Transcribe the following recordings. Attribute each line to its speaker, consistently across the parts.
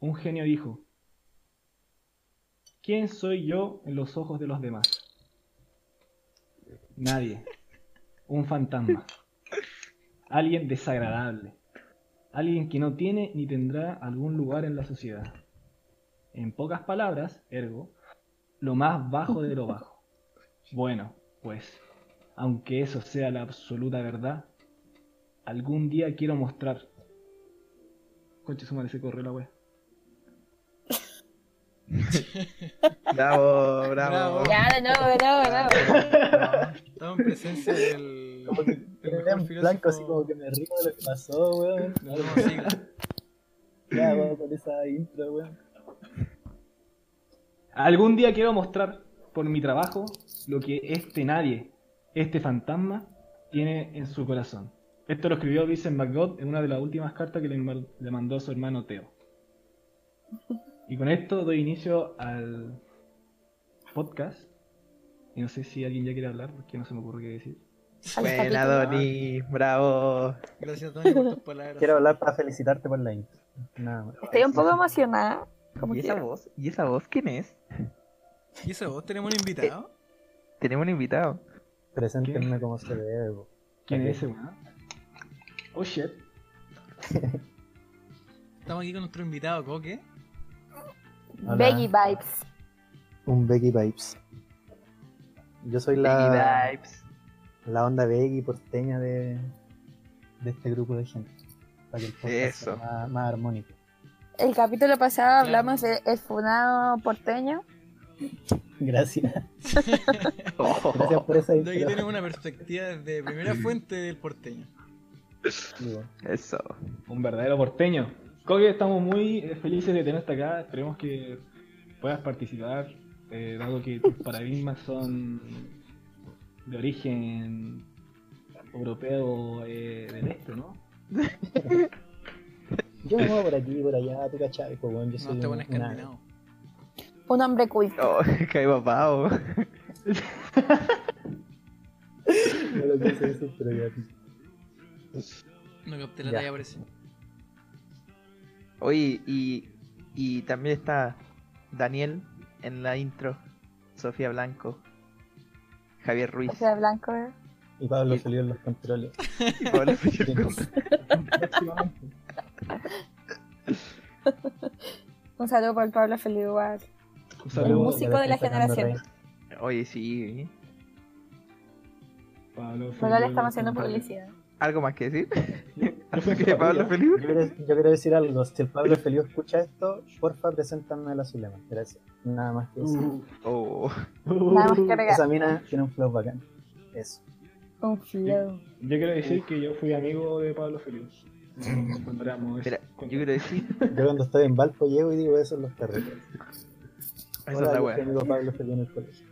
Speaker 1: Un genio dijo, ¿quién soy yo en los ojos de los demás? Nadie. Un fantasma. Alguien desagradable. Alguien que no tiene ni tendrá algún lugar en la sociedad. En pocas palabras, ergo, lo más bajo de lo bajo. Bueno, pues, aunque eso sea la absoluta verdad, algún día quiero mostrar. Conche, su madre se corrió la wea.
Speaker 2: Bravo, bravo.
Speaker 3: Bravo. Ya,
Speaker 4: de nuevo, de nuevo, de
Speaker 5: Ah,
Speaker 4: nuevo.
Speaker 3: No, Estamos en presencia del.
Speaker 2: Como que
Speaker 3: Ah, el
Speaker 2: me
Speaker 3: mejor
Speaker 2: quedé en
Speaker 3: filósofo-
Speaker 2: blanco, así como que me río de lo que pasó, weón.
Speaker 3: No, no, sí.
Speaker 2: Ya, weón, con esa intro, weón.
Speaker 1: Algún día quiero mostrar por mi trabajo lo que este nadie, este fantasma, tiene en su corazón. Esto lo escribió Vincent McGod en una de las últimas cartas que le, ma- le mandó a su hermano Teo. Y con esto doy inicio al podcast. Y no sé si alguien ya quiere hablar porque no se me ocurre qué decir.
Speaker 4: este
Speaker 2: Buena, Doni. Bravo.
Speaker 3: Gracias, Tony, por tus palabras.
Speaker 2: Quiero hablar para felicitarte por la intro. Nada, más.
Speaker 4: Estoy un poco emocionada. Como
Speaker 5: ¿Y esa
Speaker 4: quiera.
Speaker 5: voz? ¿Y esa voz quién es?
Speaker 3: ¿Y eso vos tenemos un invitado?
Speaker 5: Tenemos un invitado.
Speaker 2: Preséntenme como se debe, weón.
Speaker 1: ¿Quién es ese weón? Oh shit.
Speaker 3: Estamos aquí con nuestro invitado, Coque.
Speaker 2: Hola.
Speaker 4: Veggie Vibes.
Speaker 2: Un Becky Vibes. Yo soy la,
Speaker 5: Peggy Vibes.
Speaker 2: la onda Becky porteña de, de este grupo de gente. Para que el podcast
Speaker 5: Eso.
Speaker 2: sea más, más armónico.
Speaker 4: El capítulo pasado hablamos de el funado porteño.
Speaker 2: Gracias.
Speaker 5: Oh,
Speaker 2: Gracias por esa
Speaker 3: De aquí
Speaker 2: intro.
Speaker 3: tenemos una perspectiva desde primera fuente del porteño.
Speaker 2: Digo,
Speaker 5: eso.
Speaker 1: Un verdadero porteño. Coque, estamos muy eh, felices de tenerte acá. Esperemos que puedas participar, eh, dado que tus paradigmas son de origen europeo eh, del este, ¿no?
Speaker 2: Yo me muevo por aquí, por allá, tú cachai, pues weón, yo
Speaker 3: No, este
Speaker 2: soy
Speaker 3: está
Speaker 2: un-
Speaker 3: bueno
Speaker 2: una-
Speaker 3: escandinavo.
Speaker 4: Un hombre culto.
Speaker 5: Oh, cae papao.
Speaker 2: No lo quise decir, pero ya.
Speaker 3: No capté la
Speaker 2: Ya.
Speaker 3: talla, parece.
Speaker 5: Oye, y, y también está Daniel en la intro. Sofía Blanco. Javier Ruiz.
Speaker 4: O sea, blanco. ¿eh?
Speaker 2: Y Pablo salió en los controles.
Speaker 5: y Pablo Fierro.
Speaker 4: Un saludo por Pablo Felipe igual.
Speaker 1: Un
Speaker 4: El
Speaker 1: saludo
Speaker 4: músico de la
Speaker 2: Fernando
Speaker 4: generación.
Speaker 2: Rey.
Speaker 5: Oye, sí. ¿eh?
Speaker 1: Pablo
Speaker 4: Solo le
Speaker 1: Feliu,
Speaker 4: estamos haciendo
Speaker 1: compadre.
Speaker 4: publicidad.
Speaker 5: ¿Algo más que decir?
Speaker 1: Yo
Speaker 5: ¿Algo
Speaker 1: soy
Speaker 5: que Pablo
Speaker 1: Feliu.
Speaker 2: Yo
Speaker 5: Feliu?
Speaker 2: quiero, yo quiero decir algo. Si el Pablo Feliu escucha esto, porfa, preséntame a la Zulema. Gracias. Nada más que eso.
Speaker 1: Uh,
Speaker 5: Oh,
Speaker 1: uh.
Speaker 4: Nada más que agregar.
Speaker 2: Esa mina tiene un flow bacán. Eso.
Speaker 4: Un flow.
Speaker 1: Yo quiero decir que yo fui amigo de Pablo Feliu. Cuando éramos-
Speaker 5: mira, yo
Speaker 1: cuando-
Speaker 5: quiero decir.
Speaker 2: Yo cuando estoy en Valpo llego y digo eso en los carretes.
Speaker 5: Esa es
Speaker 2: Hola,
Speaker 5: la
Speaker 2: yo
Speaker 5: wea.
Speaker 2: tengo Pablo Feliu en el colegio.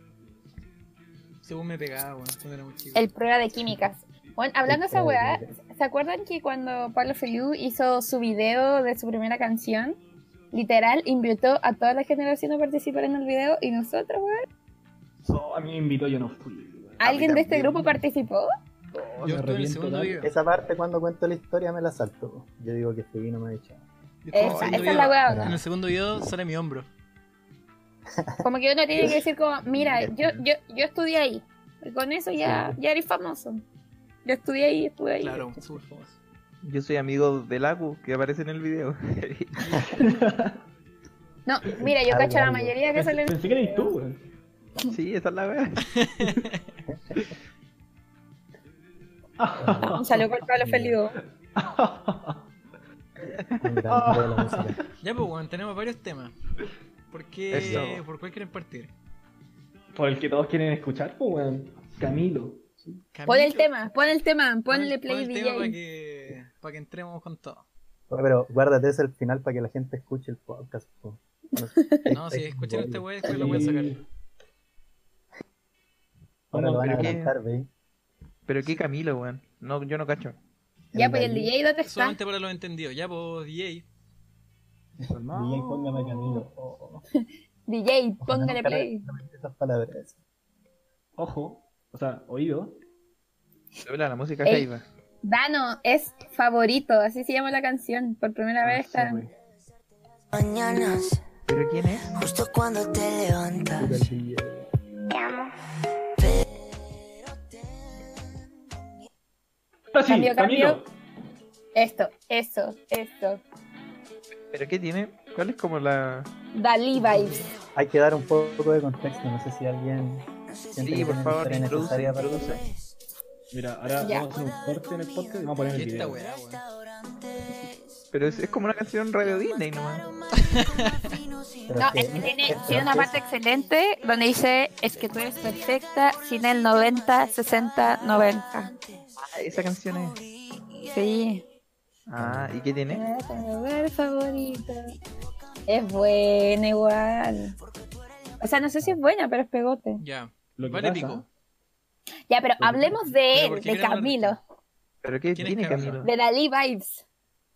Speaker 3: Según me pegaba, weón, cuando era muy chico.
Speaker 4: El prueba de químicas. Bueno, hablando de esa
Speaker 2: Este,
Speaker 4: weá, ¿se acuerdan que cuando Pablo Feliu hizo su video de su primera canción? Literal, invitó a toda la generación a participar en el video y nosotros, weón.
Speaker 1: Oh, a mí me invitó, yo no fui.
Speaker 4: ¿Alguien de este
Speaker 5: también.
Speaker 4: grupo participó?
Speaker 1: Oh, me
Speaker 3: Yo estuve en el
Speaker 1: arrepiento
Speaker 3: segundo
Speaker 1: tanto.
Speaker 3: video.
Speaker 2: Esa parte cuando cuento la historia me la salto. Yo digo que fui y no me ha dicho.
Speaker 3: Yo estuve en el
Speaker 4: Esa,
Speaker 3: segundo
Speaker 4: esa es
Speaker 3: video.
Speaker 4: la weá.
Speaker 3: En el segundo video sale mi hombro.
Speaker 4: Como que uno tiene que decir como, mira, yo, yo, yo estudié ahí. Y con eso ya, ya eres famoso. Yo estudié ahí, estuve ahí.
Speaker 3: Claro, súper famoso.
Speaker 5: Yo soy amigo del Agu que aparece en el video.
Speaker 4: No, mira, yo
Speaker 2: Algo,
Speaker 4: cacho a la
Speaker 2: algo.
Speaker 4: mayoría que
Speaker 1: Pensé
Speaker 4: salen.
Speaker 1: pensé que eres tú, weón.
Speaker 5: sí, esa es la wea.
Speaker 4: Un saludo por Pablo Feliu.
Speaker 2: Un gran nombre de la música.
Speaker 3: Ya, pues, weón, tenemos varios temas. ¿Por qué?
Speaker 5: Eso.
Speaker 3: ¿Por cuál quieren partir?
Speaker 1: Por el que todos quieren escuchar, pues, weón. Camilo.
Speaker 4: Pon el
Speaker 3: Camilo,
Speaker 4: tema, pon el tema,
Speaker 3: pon el-
Speaker 4: ponle play
Speaker 3: pon el tema para
Speaker 4: DJ.
Speaker 3: que, para que entremos con todo.
Speaker 2: Oye, Pero guárdate ese al final para que la gente escuche el podcast. po.
Speaker 3: No, si escuchan este wey, después lo voy a sacar.
Speaker 2: Ahora lo van a
Speaker 5: Pero qué-
Speaker 2: cantar, ¿ve?
Speaker 5: Pero qué Camilo, weón. No, yo no cacho.
Speaker 4: Ya, pues ¿y el DJ, ¿dónde está?
Speaker 3: Solamente para los entendidos. Ya, pues, DJ.
Speaker 2: Bien, póngame Camilo. Oh, oh.
Speaker 4: DJ,
Speaker 2: Ojalá
Speaker 4: póngale
Speaker 2: nunca
Speaker 4: play.
Speaker 2: repita Esas palabras.
Speaker 1: Ojo, o sea, oído.
Speaker 5: Hola, la música
Speaker 4: Ey.
Speaker 5: Jaiba.
Speaker 4: Dano es favorito, así se llama la canción. Por primera vez
Speaker 1: Ah,
Speaker 4: está.
Speaker 1: sí, wey.
Speaker 6: mañanas,
Speaker 5: ¿Pero quién es?
Speaker 6: justo cuando te levantas.
Speaker 1: Ahora Ah, sí,
Speaker 4: Cambio,
Speaker 1: Camilo.
Speaker 4: cambio. Esto, eso, esto.
Speaker 5: ¿Pero qué tiene? ¿Cuál es como la...?
Speaker 4: Dalí vibes.
Speaker 2: Hay que dar un poco de contexto, no sé si alguien... siente
Speaker 5: Sí,
Speaker 2: que
Speaker 5: por
Speaker 2: tiene
Speaker 5: favor,
Speaker 2: historia
Speaker 5: introduce,
Speaker 2: necesaria para-
Speaker 5: introduce.
Speaker 1: Mira, ahora
Speaker 4: Ya.
Speaker 1: vamos a hacer un corte en el podcast y vamos a poner el
Speaker 3: ¿Qué esta
Speaker 1: video.
Speaker 3: weá, weón?
Speaker 5: Pero es, es como una canción Radio Disney nomás.
Speaker 2: pero
Speaker 4: No,
Speaker 2: que-
Speaker 4: es que tiene,
Speaker 2: pero
Speaker 4: tiene una
Speaker 2: que-
Speaker 4: parte excelente donde dice, es que tú eres perfecta sin el 90, 60, 90.
Speaker 5: Ah, esa canción es...
Speaker 4: Sí.
Speaker 5: Ah, ¿y qué tiene?
Speaker 4: Es mi lugar favorito. Es buena igual. O sea, no sé si es buena, pero es pegote.
Speaker 3: Ya.
Speaker 1: Lo que
Speaker 3: Vale,
Speaker 1: pasa-
Speaker 3: pico.
Speaker 4: Ya, pero hablemos de
Speaker 3: ¿Pero por
Speaker 4: él,
Speaker 3: qué
Speaker 4: de
Speaker 3: quieren
Speaker 4: Camilo,
Speaker 5: ¿Pero qué
Speaker 3: ¿Quién es
Speaker 5: tiene
Speaker 3: Camilo?
Speaker 5: Camilo?
Speaker 4: de Dalí Vibes.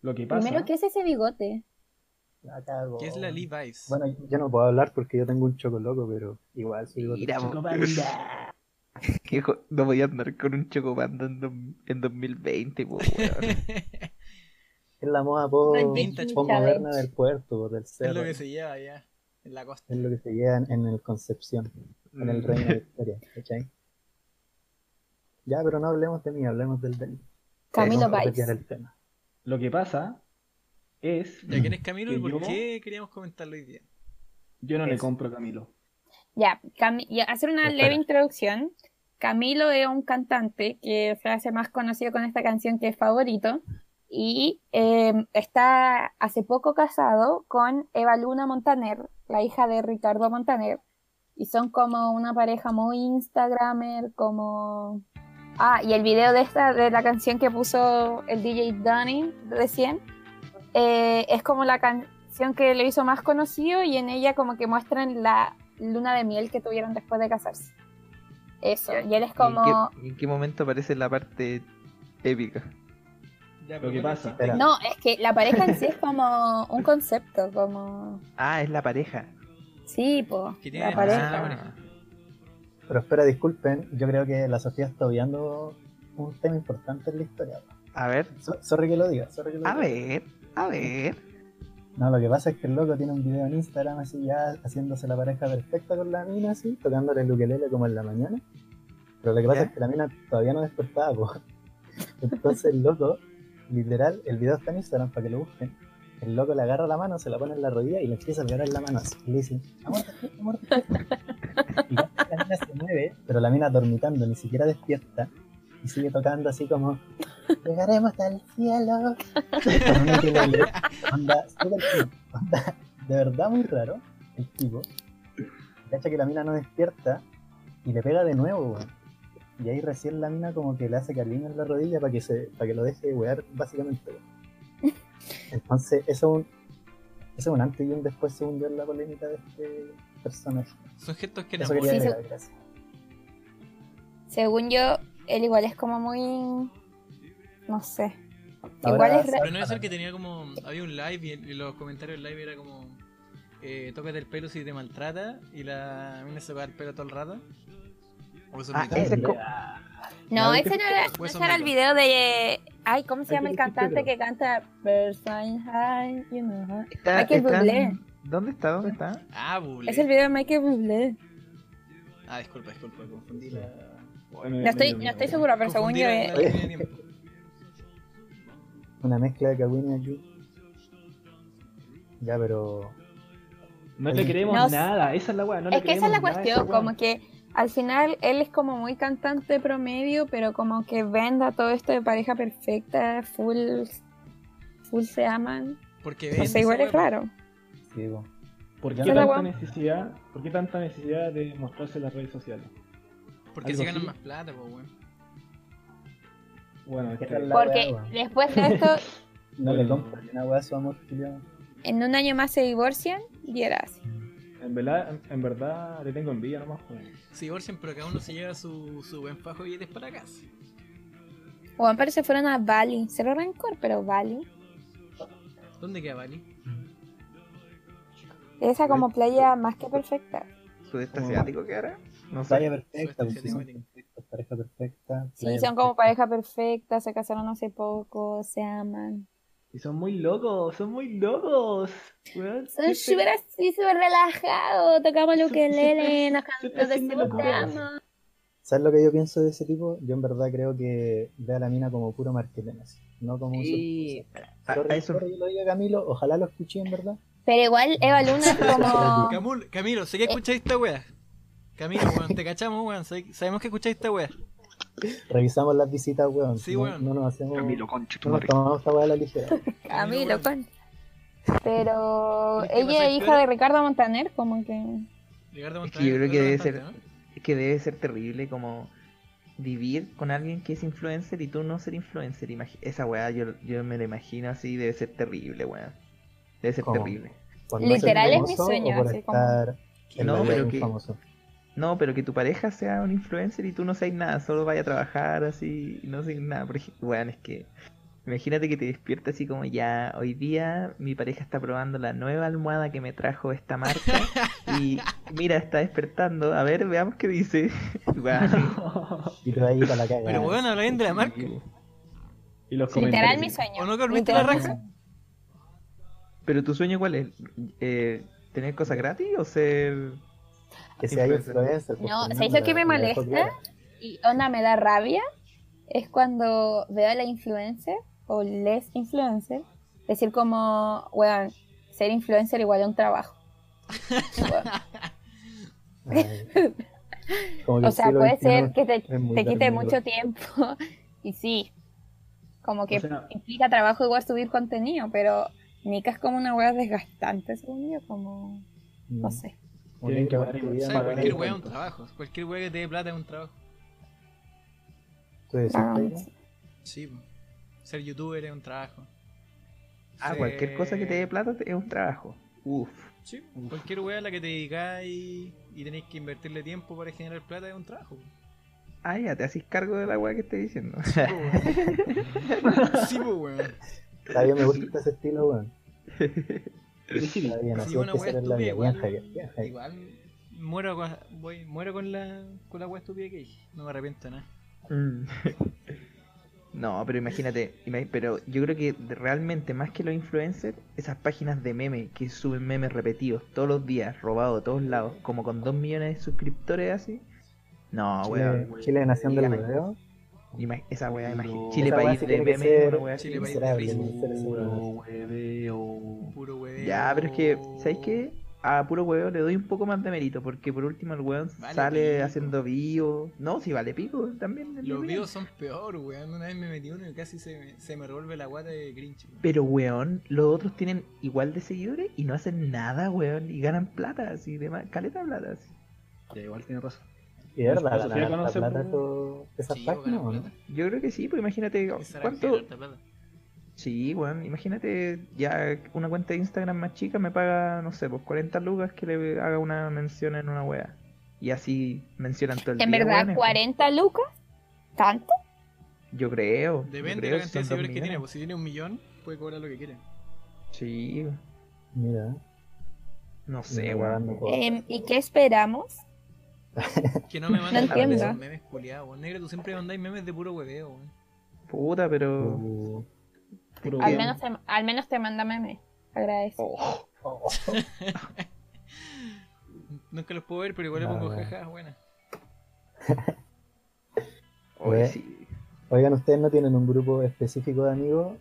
Speaker 1: Lo que pasa.
Speaker 4: Primero, ¿qué es ese bigote?
Speaker 2: La cago.
Speaker 3: ¿Qué es la Lee Vibes?
Speaker 2: Bueno, yo no puedo hablar porque yo tengo un chocoloco, pero igual sigo...
Speaker 5: Mira, vos,
Speaker 1: Chocopanda.
Speaker 5: que jo- no voy a andar con un chocopanda en, dos- en 2020, po, weón.
Speaker 2: Es la moda po,
Speaker 4: Ay,
Speaker 3: vintage,
Speaker 2: po
Speaker 4: ya
Speaker 2: moderna
Speaker 4: ves.
Speaker 2: del puerto, po, del
Speaker 3: Es
Speaker 2: cerro.
Speaker 3: lo que se lleva allá, en la costa.
Speaker 2: Es lo que se lleva en, en el Concepción, en
Speaker 5: Mm.
Speaker 2: el reino de Victoria, ¿cachai? Ya, pero no hablemos de mí, hablemos del del.
Speaker 4: Camilo
Speaker 2: vamos a
Speaker 4: Vibes.
Speaker 2: desviar el tema.
Speaker 1: Lo que pasa es.
Speaker 3: ¿Ya quién es Camilo y
Speaker 1: Que
Speaker 3: por
Speaker 1: yo-
Speaker 3: qué queríamos comentarlo hoy día?
Speaker 1: Yo no le
Speaker 2: es-
Speaker 1: compro a Camilo.
Speaker 4: Ya, Cami- ya, hacer una
Speaker 2: Espera.
Speaker 4: leve introducción. Camilo es un cantante que se hace más conocido con esta canción que es favorito. Y eh, está hace poco casado con Eva Luna Montaner, la hija de Ricardo Montaner. Y son como una pareja muy Instagramer, como... Ah, y el video de esta, de la canción que puso el DJ Donny recién, eh, es como la canción que lo hizo más conocido y en ella como que muestran la luna de miel que tuvieron después de casarse. Eso, y él es como...
Speaker 5: ¿Y en, qué, y en qué momento aparece la parte épica?
Speaker 3: Ya,
Speaker 1: Lo
Speaker 3: pero
Speaker 1: que
Speaker 3: bueno,
Speaker 1: pasa.
Speaker 2: Espera,
Speaker 4: No, es que la pareja en sí es como un concepto, como...
Speaker 5: Ah, es la pareja.
Speaker 4: Sí, po,
Speaker 3: Que tiene Ah,
Speaker 4: la
Speaker 3: la
Speaker 4: pareja.
Speaker 3: pareja.
Speaker 2: pero espera, disculpen, yo creo que la Sofía está obviando un tema importante en la historia.
Speaker 5: Ah, A ver,
Speaker 2: So- sorry que lo diga, sorry que lo
Speaker 5: a
Speaker 2: diga.
Speaker 5: ver, a ver.
Speaker 2: No, lo que pasa es que el loco tiene un video en Instagram así ya haciéndose la pareja perfecta con la mina así, tocándole el ukelele como en la mañana. Pero lo que pasa
Speaker 5: ¿Ya?
Speaker 2: es que la mina todavía no despertaba, po. Entonces el loco, literal, el video está en Instagram para que lo busquen. El loco le agarra la mano, se la pone en la rodilla y le empieza a agarrar la mano así. Y le dice, amor, despierta, amor, despierta". Y la mina se mueve, pero la mina dormitando, ni siquiera despierta. Y sigue tocando así como, llegaremos al cielo. Con un ukelele. Onda, súper cool. Onda, de verdad muy raro el tipo. Cacha que la mina no despierta y le pega de nuevo, weón. Y ahí recién la mina como que le hace cariño en la rodilla para que se, para que lo deje de wear, básicamente. weón. Entonces, eso es un. Eso es un antes y un después según yo en la polémica de este personaje.
Speaker 3: Son gestos que
Speaker 2: Eso quería
Speaker 3: enamoran.
Speaker 4: Sí,
Speaker 2: agregar, gracias.
Speaker 4: Según yo, él igual es como muy... No sé.
Speaker 2: Ahora
Speaker 4: Igual es
Speaker 2: sí.
Speaker 4: ra-
Speaker 3: Pero no es el que tenía como. Había un live y, y los comentarios del live era como. Eh, tócate el pelo si te maltrata. Y la mina se va el pelo todo el rato. O eso
Speaker 5: Ah,
Speaker 3: me-
Speaker 5: ese es co-
Speaker 4: No,
Speaker 2: No,
Speaker 4: ese no era,
Speaker 3: Pues
Speaker 4: no
Speaker 3: son
Speaker 4: era el
Speaker 3: micro.
Speaker 4: video de... Ay, ¿cómo se
Speaker 2: Ay,
Speaker 4: llama el
Speaker 2: pero qué
Speaker 4: cantante
Speaker 2: choro.
Speaker 4: que canta Bernstein High? You know her"?
Speaker 5: está-
Speaker 4: Michael
Speaker 5: está-
Speaker 4: Bublé.
Speaker 5: ¿Dónde está? ¿Dónde está?
Speaker 3: Ah, buble.
Speaker 4: Es el video de Michael Bublé.
Speaker 3: Ah, disculpa, disculpa, confundí la.
Speaker 1: Oye, me-
Speaker 4: No
Speaker 1: me
Speaker 4: estoy,
Speaker 1: dio
Speaker 4: no estoy
Speaker 1: miedo.
Speaker 4: segura, pero según
Speaker 3: confundí
Speaker 4: yo... eh,
Speaker 3: la-
Speaker 4: es-
Speaker 3: la línea de tiempo.
Speaker 2: Una mezcla de Kawin y Ayu. Ya, pero.
Speaker 1: No le creemos
Speaker 4: No,
Speaker 1: nada, esa es la weá. No le
Speaker 4: Es que esa
Speaker 1: creemos
Speaker 4: es la
Speaker 1: nada a esa
Speaker 4: cuestión,
Speaker 1: weá.
Speaker 4: como que al final él es como muy cantante promedio, pero como que venda todo esto de pareja perfecta, full, full se aman.
Speaker 3: Porque
Speaker 4: No
Speaker 3: ven.
Speaker 4: sé, igual es raro.
Speaker 2: Sí, weón.
Speaker 1: ¿Por qué,
Speaker 2: Esa
Speaker 4: es la
Speaker 1: tanta
Speaker 4: weá.
Speaker 1: necesidad, ¿Por qué tanta necesidad de mostrarse en las redes sociales?
Speaker 3: Porque
Speaker 1: Algo
Speaker 3: se ganan
Speaker 1: así.
Speaker 3: más plata, pues, weón.
Speaker 1: Bueno, es que-
Speaker 2: Esa es la
Speaker 4: Porque
Speaker 2: weá, weón.
Speaker 4: después de esto,
Speaker 2: No le compro ni una weá a su amor, culiao.
Speaker 4: en un año más se divorcian y era así.
Speaker 1: en, verdad, en verdad le tengo envidia nomás. pues.
Speaker 3: Se divorcian, pero cada uno se lleva su, su buen fajo y es para casa.
Speaker 4: Juan pero se fueron a Bali, cero rencor, pero Bali.
Speaker 3: ¿Dónde queda Bali?
Speaker 4: Esa como playa más que perfecta.
Speaker 5: ¿Sudeste
Speaker 1: Como-
Speaker 5: asiático qué era? No sé.
Speaker 2: Playa perfecta,
Speaker 3: Suerte,
Speaker 2: porque son
Speaker 3: Siete
Speaker 2: perfectos, pareja perfecta.
Speaker 4: Sí, son como pareja perfecta, se casaron hace poco, se aman.
Speaker 1: Y son muy locos, son muy locos. weón.
Speaker 4: Son
Speaker 1: Siempre-
Speaker 4: súper así, súper relajados. Tocamos lo que leen, nos
Speaker 1: Siempre
Speaker 4: cantamos,
Speaker 1: haciendo locuras.
Speaker 4: desmontamos.
Speaker 2: ¿Sabes lo que yo pienso de ese tipo? Yo en verdad creo que ve a la mina como puro marquetenas, no como un
Speaker 5: Y a,
Speaker 2: sorpresa.
Speaker 5: a
Speaker 2: Sorry,
Speaker 5: eso,
Speaker 2: sorry, lo diga Camilo, ojalá lo escuché en verdad.
Speaker 4: Pero igual Eva Luna es como.
Speaker 3: Camul, Camilo,
Speaker 4: Eh.
Speaker 3: sé que escucháis esta wea. Camilo, weón, te cachamos, weón. sé- Sabemos que escucháis esta wea.
Speaker 2: Revisamos las visitas, weón.
Speaker 3: Sí,
Speaker 2: no,
Speaker 3: weón.
Speaker 2: no nos hacemos.
Speaker 5: Camilo, concha, tu
Speaker 2: no nos
Speaker 5: madre.
Speaker 2: tomamos esta weá a la ligera.
Speaker 3: Camilo,
Speaker 4: Camilo,
Speaker 3: weón.
Speaker 4: con. Pero
Speaker 3: ¿Crees que
Speaker 4: ella es
Speaker 3: pasáis
Speaker 4: hija
Speaker 3: piola?
Speaker 4: de Ricardo Montaner, como que.
Speaker 3: Llegar de
Speaker 5: Es
Speaker 3: Monterrey,
Speaker 5: que yo creo que
Speaker 3: pero
Speaker 5: debe
Speaker 3: bastante,
Speaker 5: ser,
Speaker 3: ¿no?
Speaker 5: es que debe ser terrible como vivir con alguien que es influencer y tú no ser influencer. Imagi- esa weá yo, yo me la imagino así, debe ser terrible, weá. Debe ser
Speaker 2: ¿Cómo?
Speaker 5: terrible.
Speaker 2: Por no ser
Speaker 4: Literal es mi
Speaker 2: famoso
Speaker 4: sueño,
Speaker 2: o por
Speaker 4: así como-
Speaker 2: estar en
Speaker 5: No,
Speaker 2: la vida
Speaker 5: pero
Speaker 2: de un
Speaker 5: que-
Speaker 2: famoso.
Speaker 5: No, pero que tu pareja sea un influencer y tú no seas nada, solo vaya a trabajar así, y no sé nada. Por ejemplo, weón, es que imagínate que te despiertas así como ya, hoy día mi pareja está probando la nueva almohada que me trajo esta marca y mira, está despertando, a ver, veamos qué dice. Weón,
Speaker 2: Y te va a ir a la cagada.
Speaker 3: Pero weón, habláis de la marca.
Speaker 1: Y los
Speaker 4: Literal
Speaker 1: comentarios.
Speaker 4: mi
Speaker 3: ¿O
Speaker 4: sueño.
Speaker 3: no dormiste la raja?
Speaker 5: Pero tu sueño cuál es? Eh, ¿Tener cosas gratis o ser...
Speaker 2: Que sea
Speaker 5: influencer.
Speaker 2: influencer. pues,
Speaker 4: No,
Speaker 2: Fernando,
Speaker 4: ¿sabéis lo que me
Speaker 2: la- la dejó
Speaker 4: molesta?
Speaker 2: clara.
Speaker 4: Y onda, me da rabia. Es cuando veo a la influencer o les influencer decir como, weón, ser influencer igual a un trabajo. Weón.
Speaker 2: Ay. Como que
Speaker 4: O
Speaker 2: el
Speaker 4: sea,
Speaker 2: siglo
Speaker 4: puede
Speaker 2: XXI
Speaker 4: ser que te,
Speaker 2: es muy
Speaker 4: te quite
Speaker 2: vergonzoso.
Speaker 4: mucho tiempo. Y sí, como que
Speaker 1: O sea-
Speaker 4: implica trabajo igual subir contenido, pero Nika es como una wea desgastante, según yo, como,
Speaker 2: Mm.
Speaker 4: no sé.
Speaker 2: Un
Speaker 1: Tienen que
Speaker 2: libro
Speaker 1: pagar
Speaker 2: que
Speaker 1: igual.
Speaker 2: diga,
Speaker 3: ¿Sabes?
Speaker 1: Pagar
Speaker 3: Cualquier
Speaker 1: el
Speaker 3: wea es un
Speaker 1: cuento.
Speaker 3: trabajo. Cualquier wea que te dé plata es un trabajo.
Speaker 2: ¿Tú decís,
Speaker 4: No,
Speaker 2: Taylor?
Speaker 3: Sí, po. ser youtuber es un trabajo.
Speaker 5: Ah,
Speaker 3: Ser-
Speaker 5: cualquier cosa que te dé plata es un trabajo. Uf.
Speaker 3: Sí, cualquier wea a la que te dedicáis y tenéis que invertirle tiempo para generar plata es un trabajo. po.
Speaker 5: Ah, ya, te haces cargo de la weá que estoy diciendo.
Speaker 3: Sí, po, weón. Sí, po, weón.
Speaker 2: Está bien, me gusta ese estilo, weón.
Speaker 1: Sí,
Speaker 2: Está bien,
Speaker 3: Sí,
Speaker 2: así hay
Speaker 3: una
Speaker 2: que
Speaker 3: wea
Speaker 2: ser en la
Speaker 3: estúpida
Speaker 2: vida. Bien,
Speaker 3: igual.
Speaker 2: Javier. Bien, Javier.
Speaker 3: Igual muero con, voy- muero con la con la wea estúpida que dije. No me arrepiento de nada.
Speaker 5: Mm. No, pero imagínate, ima- pero yo creo que de- realmente más que los influencers, esas páginas de memes que suben memes repetidos todos los días, robados de todos lados, como con 2 millones de suscriptores así. No,
Speaker 2: Chile,
Speaker 5: weón.
Speaker 2: Chile Nación del
Speaker 5: Dígame.
Speaker 2: Video.
Speaker 5: Ima- Esa weá, imagínate.
Speaker 1: No.
Speaker 5: Chile
Speaker 2: Esa weá
Speaker 5: país
Speaker 2: sí
Speaker 5: de
Speaker 2: tiene que
Speaker 5: memes,
Speaker 2: ser
Speaker 5: una weá así.
Speaker 3: Chile país de
Speaker 2: miserable,
Speaker 3: risa.
Speaker 2: tiene que ser ese
Speaker 1: Puro
Speaker 2: weón.
Speaker 1: hueveo.
Speaker 3: Puro hueveo.
Speaker 5: Ya, pero es que, ¿sabéis qué? A puro huevo le doy un poco más de mérito, porque por último el weón
Speaker 3: Vale
Speaker 5: sale
Speaker 3: pico.
Speaker 5: haciendo vivo. No, si vale pico también. en
Speaker 3: Los
Speaker 5: mi
Speaker 3: videos son peor, weón. Una vez me metí uno y casi se me, se me revuelve la guata de cringe. weón.
Speaker 5: Pero, weón, los otros tienen igual de seguidores y no hacen nada, weón, y ganan plata, así, de ma- caleta de plata, así.
Speaker 1: Ya, igual tiene razón.
Speaker 2: Y de verdad,
Speaker 1: Sofía
Speaker 2: ganan harta
Speaker 1: conoce
Speaker 2: plata
Speaker 1: puro-
Speaker 2: esos- esas
Speaker 3: Sí, o
Speaker 2: páginas,
Speaker 3: ganan
Speaker 2: ¿o no?
Speaker 3: plata.
Speaker 5: Yo creo que sí, pues imagínate
Speaker 3: Esa era
Speaker 5: cuánto...
Speaker 3: ganar plata.
Speaker 5: Sí, weón, imagínate ya una cuenta de Instagram más chica me paga, no sé, pues 40 lucas que le haga una mención en una wea. Y así mencionan todo el
Speaker 4: En
Speaker 5: día,
Speaker 4: verdad,
Speaker 5: weón, es-
Speaker 4: 40 lucas, tanto.
Speaker 5: Yo creo. yo
Speaker 3: Depende de
Speaker 5: creo,
Speaker 3: la
Speaker 5: si
Speaker 3: cantidad de
Speaker 5: son dos
Speaker 3: seguidores que tiene.
Speaker 5: millones.
Speaker 3: Pues si tiene un millón, puede cobrar lo que quiera.
Speaker 5: Sí,
Speaker 2: Mira,
Speaker 5: no
Speaker 2: me
Speaker 5: sé,
Speaker 2: está
Speaker 5: weón.
Speaker 2: grabando por-
Speaker 4: Em, ¿Y qué esperamos?
Speaker 3: Que no me manden
Speaker 4: No
Speaker 3: a la
Speaker 4: entiendo.
Speaker 3: esos memes culiados, weón. Negro, tú siempre mandáis memes de puro hueveo, weón.
Speaker 5: Puta, pero...
Speaker 2: Uh,
Speaker 1: Puro
Speaker 4: Al
Speaker 1: hueveo.
Speaker 5: Bien.
Speaker 4: menos, te, al menos te manda meme. Agradezco.
Speaker 5: Oh,
Speaker 2: oh,
Speaker 3: Nunca los puedo ver, pero igual le
Speaker 2: Ah,
Speaker 3: pongo
Speaker 2: bueno.
Speaker 3: jajas buenas.
Speaker 5: oye,
Speaker 2: Wea.
Speaker 5: sí.
Speaker 2: Oigan, ustedes no tienen un grupo específico de amigos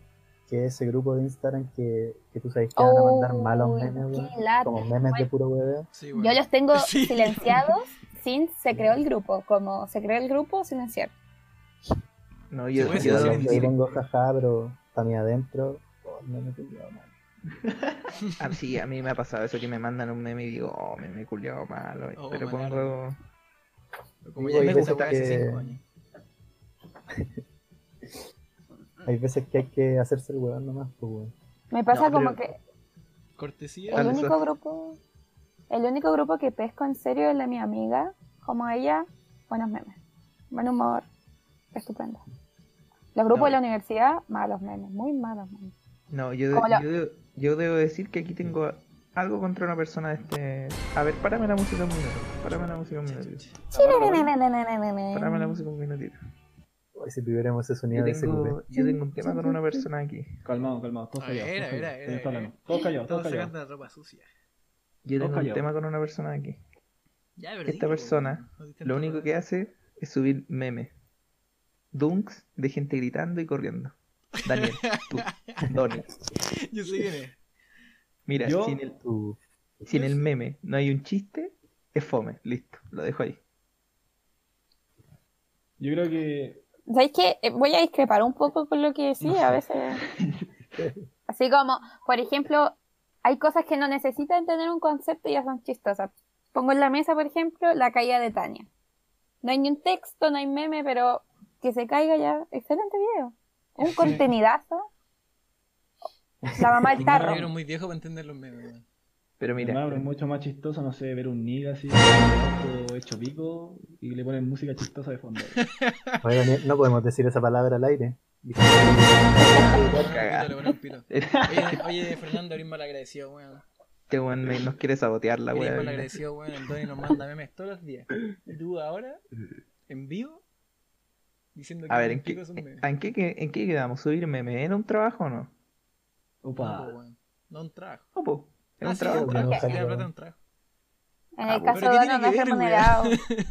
Speaker 2: que ese grupo de Instagram que, que tú sabes que van a mandar malos
Speaker 4: Uy,
Speaker 2: memes, weón.
Speaker 4: Oh, qué lata.
Speaker 2: Como memes de puro hueveo.
Speaker 3: Sí,
Speaker 4: Yo los tengo
Speaker 3: Sí.
Speaker 4: silenciados sin se creó el grupo, como se creó el grupo silenciar.
Speaker 5: No, yo...
Speaker 3: puede
Speaker 5: yo-
Speaker 2: Yo,
Speaker 3: ser
Speaker 2: yo,
Speaker 3: sí,
Speaker 2: yo
Speaker 3: sí.
Speaker 2: pongo jaja, pero para mí adentro. oh, el meme culiao, man.
Speaker 5: Ah, sí, a mí me ha pasado eso que me mandan un meme y digo, oh, meme culiao malo.
Speaker 3: Oh,
Speaker 5: pero
Speaker 3: malar.
Speaker 5: pongo.
Speaker 3: Como
Speaker 2: Oye,
Speaker 3: ya me
Speaker 5: me
Speaker 3: gusta
Speaker 5: gusta
Speaker 3: hace
Speaker 2: que-
Speaker 3: 5 años.
Speaker 2: Hay veces que hay que hacerse el huevón nomás, pues, weón.
Speaker 4: Me pasa
Speaker 5: No,
Speaker 4: como
Speaker 5: pero-
Speaker 4: que
Speaker 3: Cortesía.
Speaker 4: el
Speaker 5: Dale,
Speaker 4: único
Speaker 5: Sofi.
Speaker 4: grupo, el único grupo que pesco en serio es el de mi amiga, como ella, buenos memes, buen humor, estupendo. Los grupos
Speaker 5: No.
Speaker 4: de la universidad, malos memes, muy malos memes.
Speaker 5: No, yo,
Speaker 4: Como la-
Speaker 5: yo, debo- yo debo decir que aquí tengo algo contra una persona de este. A ver, párame la música un minuto. Párame la música un minutito. Párame la música un minutito.
Speaker 2: Hoy si tuviéramos ese sonido
Speaker 5: Yo
Speaker 2: de
Speaker 5: tengo,
Speaker 2: SQP.
Speaker 5: yo tengo un tema con una persona aquí.
Speaker 1: Calmado, calmado. Todos
Speaker 3: A
Speaker 1: callados.
Speaker 3: ver,
Speaker 1: todos
Speaker 3: a ver,
Speaker 1: callados, todos
Speaker 3: a ver, a ver.
Speaker 1: hablando. Todos callados, todos
Speaker 3: Todos
Speaker 1: callados.
Speaker 3: sacando la ropa sucia.
Speaker 5: Yo
Speaker 1: Todos
Speaker 5: tengo un
Speaker 1: callados.
Speaker 5: tema con una persona aquí.
Speaker 3: Ya, pero
Speaker 5: Esta
Speaker 3: dilo,
Speaker 5: persona,
Speaker 3: no te
Speaker 5: Lo único que hace es subir memes. Dunks de gente gritando y corriendo. Daniel, tú, Donnie.
Speaker 3: Yo sé quién es.
Speaker 5: Mira,
Speaker 1: Yo-
Speaker 5: si, en el,
Speaker 2: Tu-
Speaker 5: si en el meme no hay un chiste, es fome. Listo, lo dejo ahí.
Speaker 1: Yo creo que.
Speaker 4: ¿Sabéis qué? Eh, Voy a discrepar un poco con lo que decía a veces. Así como, por ejemplo, hay cosas que no necesitan tener un concepto y ya son chistosas. Pongo en la mesa, por ejemplo, la caída de Tania. No hay ni un texto, no hay meme, pero que se caiga ya. Excelente video. Un contenidazo. La mamá del
Speaker 3: Yo
Speaker 4: tarro.
Speaker 3: era muy viejo para entender los memes, weón.
Speaker 5: Pero
Speaker 1: Mira.
Speaker 5: mira,
Speaker 1: mucho más chistoso, no sé, ver un nigga así, todo hecho pico, y le ponen música chistosa de fondo.
Speaker 2: Oye, Daniel, no podemos decir esa palabra al aire.
Speaker 5: Cagá.
Speaker 3: Le ponen un pito. Oye, oye, Fernando, eres malagradecido, weón.
Speaker 5: este weón me- nos quiere sabotear la
Speaker 3: Eres
Speaker 5: wea. mira.
Speaker 3: malagradecido, weón. El Donnie nos manda memes todos los días. Y tú ahora, en vivo, diciendo que
Speaker 5: A ver,
Speaker 3: los
Speaker 5: ¿en qué,
Speaker 3: picos son memes.
Speaker 5: ¿en, qué, que- en qué quedamos? ¿Subir meme? ¿Era un trabajo o no?
Speaker 3: No, po,
Speaker 1: Opa.
Speaker 3: weón. No un trabajo.
Speaker 5: No, po. ¿Es
Speaker 3: Ah,
Speaker 5: un
Speaker 3: sí, era
Speaker 5: trabajo?
Speaker 3: un trabajo.
Speaker 2: Ok.
Speaker 3: Sí, era plata un trabajo.
Speaker 4: En
Speaker 5: Ah,
Speaker 4: el
Speaker 5: bueno.
Speaker 4: caso
Speaker 3: Pero ¿qué tiene
Speaker 4: de Dono no
Speaker 3: que
Speaker 4: es
Speaker 3: ver, weón?
Speaker 4: remunerado.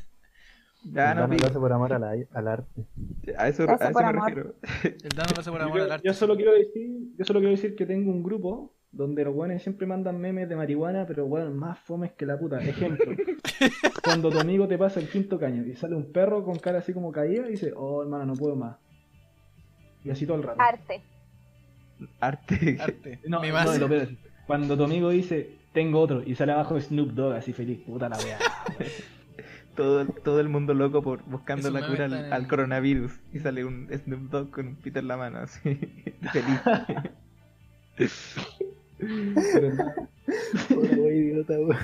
Speaker 5: Ya, no,
Speaker 2: Dame
Speaker 5: pico.
Speaker 2: lo hace por amor al, ai- al arte.
Speaker 5: a eso, a
Speaker 4: Gracias
Speaker 5: eso
Speaker 4: por
Speaker 5: me
Speaker 4: amor.
Speaker 5: refiero.
Speaker 3: El Dano pasa por
Speaker 1: Yo,
Speaker 3: amor al
Speaker 1: creo-
Speaker 3: arte.
Speaker 1: yo solo quiero decir, yo solo quiero decir que tengo un grupo donde los buenos siempre mandan memes de marihuana, pero bueno, más fomes que la puta. Ejemplo, cuando tu amigo te pasa el quinto caño y sale un perro con cara así como caída y dice, oh hermano, no puedo más. Y así todo el rato.
Speaker 4: Arte.
Speaker 5: Arte.
Speaker 3: Arte.
Speaker 1: No,
Speaker 3: Me
Speaker 1: no,
Speaker 3: vas.
Speaker 1: lo peor es Cuando tu amigo dice, tengo otro, y sale abajo Snoop Dogg así feliz, puta la wea.
Speaker 5: todo, todo el mundo loco por buscando
Speaker 3: Esos
Speaker 5: la
Speaker 3: memes
Speaker 5: cura al,
Speaker 3: están en-
Speaker 5: al coronavirus y sale un Snoop Dogg con un pito en la mano así feliz
Speaker 1: Pero no,
Speaker 2: Pobre güey, idiota, güey.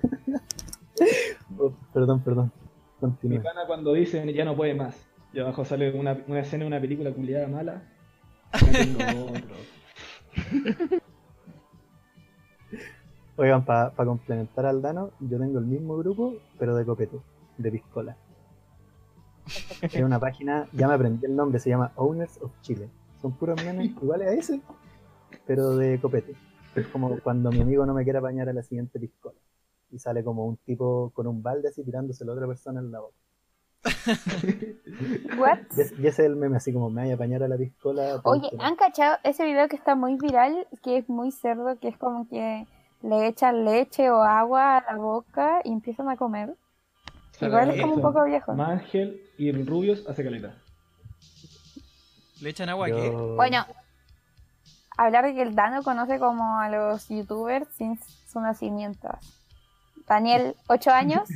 Speaker 2: Oh, perdón, perdón.
Speaker 1: mi
Speaker 2: Continúa.
Speaker 1: pana cuando dice, ya no puede más. Y abajo sale una, una escena de una película culiada mala. Ya tengo otro.
Speaker 2: Oigan, para complementar al Dano, yo tengo el mismo grupo, pero de copeto, de piscola. Es una página, ya me aprendí el nombre, se llama Owners of Chile. Son puros memes iguales a ese, pero de copete. Es como cuando mi amigo no me quiere apañar a la siguiente piscola. Y sale como un tipo con un balde así tirándose a la otra persona en la boca.
Speaker 4: What?
Speaker 2: Y es- y ese es el meme, así como me vaya a apañar a la piscola. por
Speaker 4: Oye,
Speaker 2: internet.
Speaker 4: ¿han cachado ese video que está muy viral, que es muy cerdo, que es como que le echan leche o agua a la boca y empiezan a comer? Igual es como un
Speaker 1: Eso.
Speaker 4: poco viejo.
Speaker 1: Mangel y Rubius hace caleta.
Speaker 3: ¿Le echan agua
Speaker 2: Yo-
Speaker 3: a qué?
Speaker 4: Bueno, hablar de que el Dano conoce como a los youtubers sin su nacimiento. Daniel, 8 años.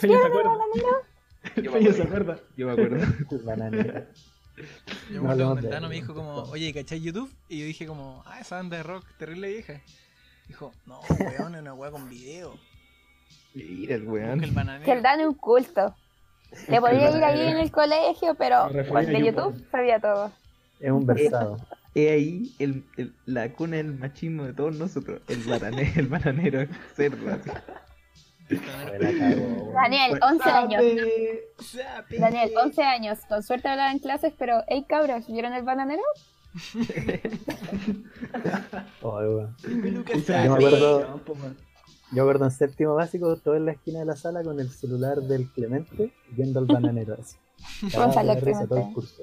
Speaker 1: Feña se
Speaker 4: ¿vieron
Speaker 1: acuerda.
Speaker 4: a Danilo?
Speaker 1: Feña se acuerda.
Speaker 5: yo me acuerdo
Speaker 2: banana.
Speaker 3: Yo me
Speaker 2: No
Speaker 3: acuerdo
Speaker 2: hablamos
Speaker 3: cuando el
Speaker 2: de-
Speaker 3: Dano me dijo como, oye, ¿cachai YouTube? Y yo dije como, ah, esa banda de rock terrible vieja. Dijo, no, weón, es una weá con video.
Speaker 5: mira el
Speaker 3: Busca el
Speaker 5: weón
Speaker 3: bananero.
Speaker 4: Que el Dano es un culto. Le podía ir ahí en el colegio, pero pues,
Speaker 1: Me pues. refiero a
Speaker 4: de YouTube sabía todo.
Speaker 2: Es un versado.
Speaker 5: he ahí el, el- la cuna del machismo de todos nosotros el bananero el bananero cerdo así.
Speaker 2: Joder, la cago, güey.
Speaker 4: Daniel, 11 años.
Speaker 3: Zapi.
Speaker 4: Daniel, 11 años. Con suerte hablaba en clases, pero, hey cabros, ¿vieron el bananero?
Speaker 2: Joder, güey.
Speaker 3: Peluca
Speaker 1: Puta,
Speaker 2: Yo me
Speaker 3: Zapi.
Speaker 2: acuerdo-
Speaker 1: pues,
Speaker 2: Yo acuerdo en séptimo básico, todo en la esquina de la sala con el celular del Clemente viendo al bananero así. Cagado
Speaker 4: Gonzalo
Speaker 2: de risa todo el
Speaker 4: Clemente.
Speaker 2: curso.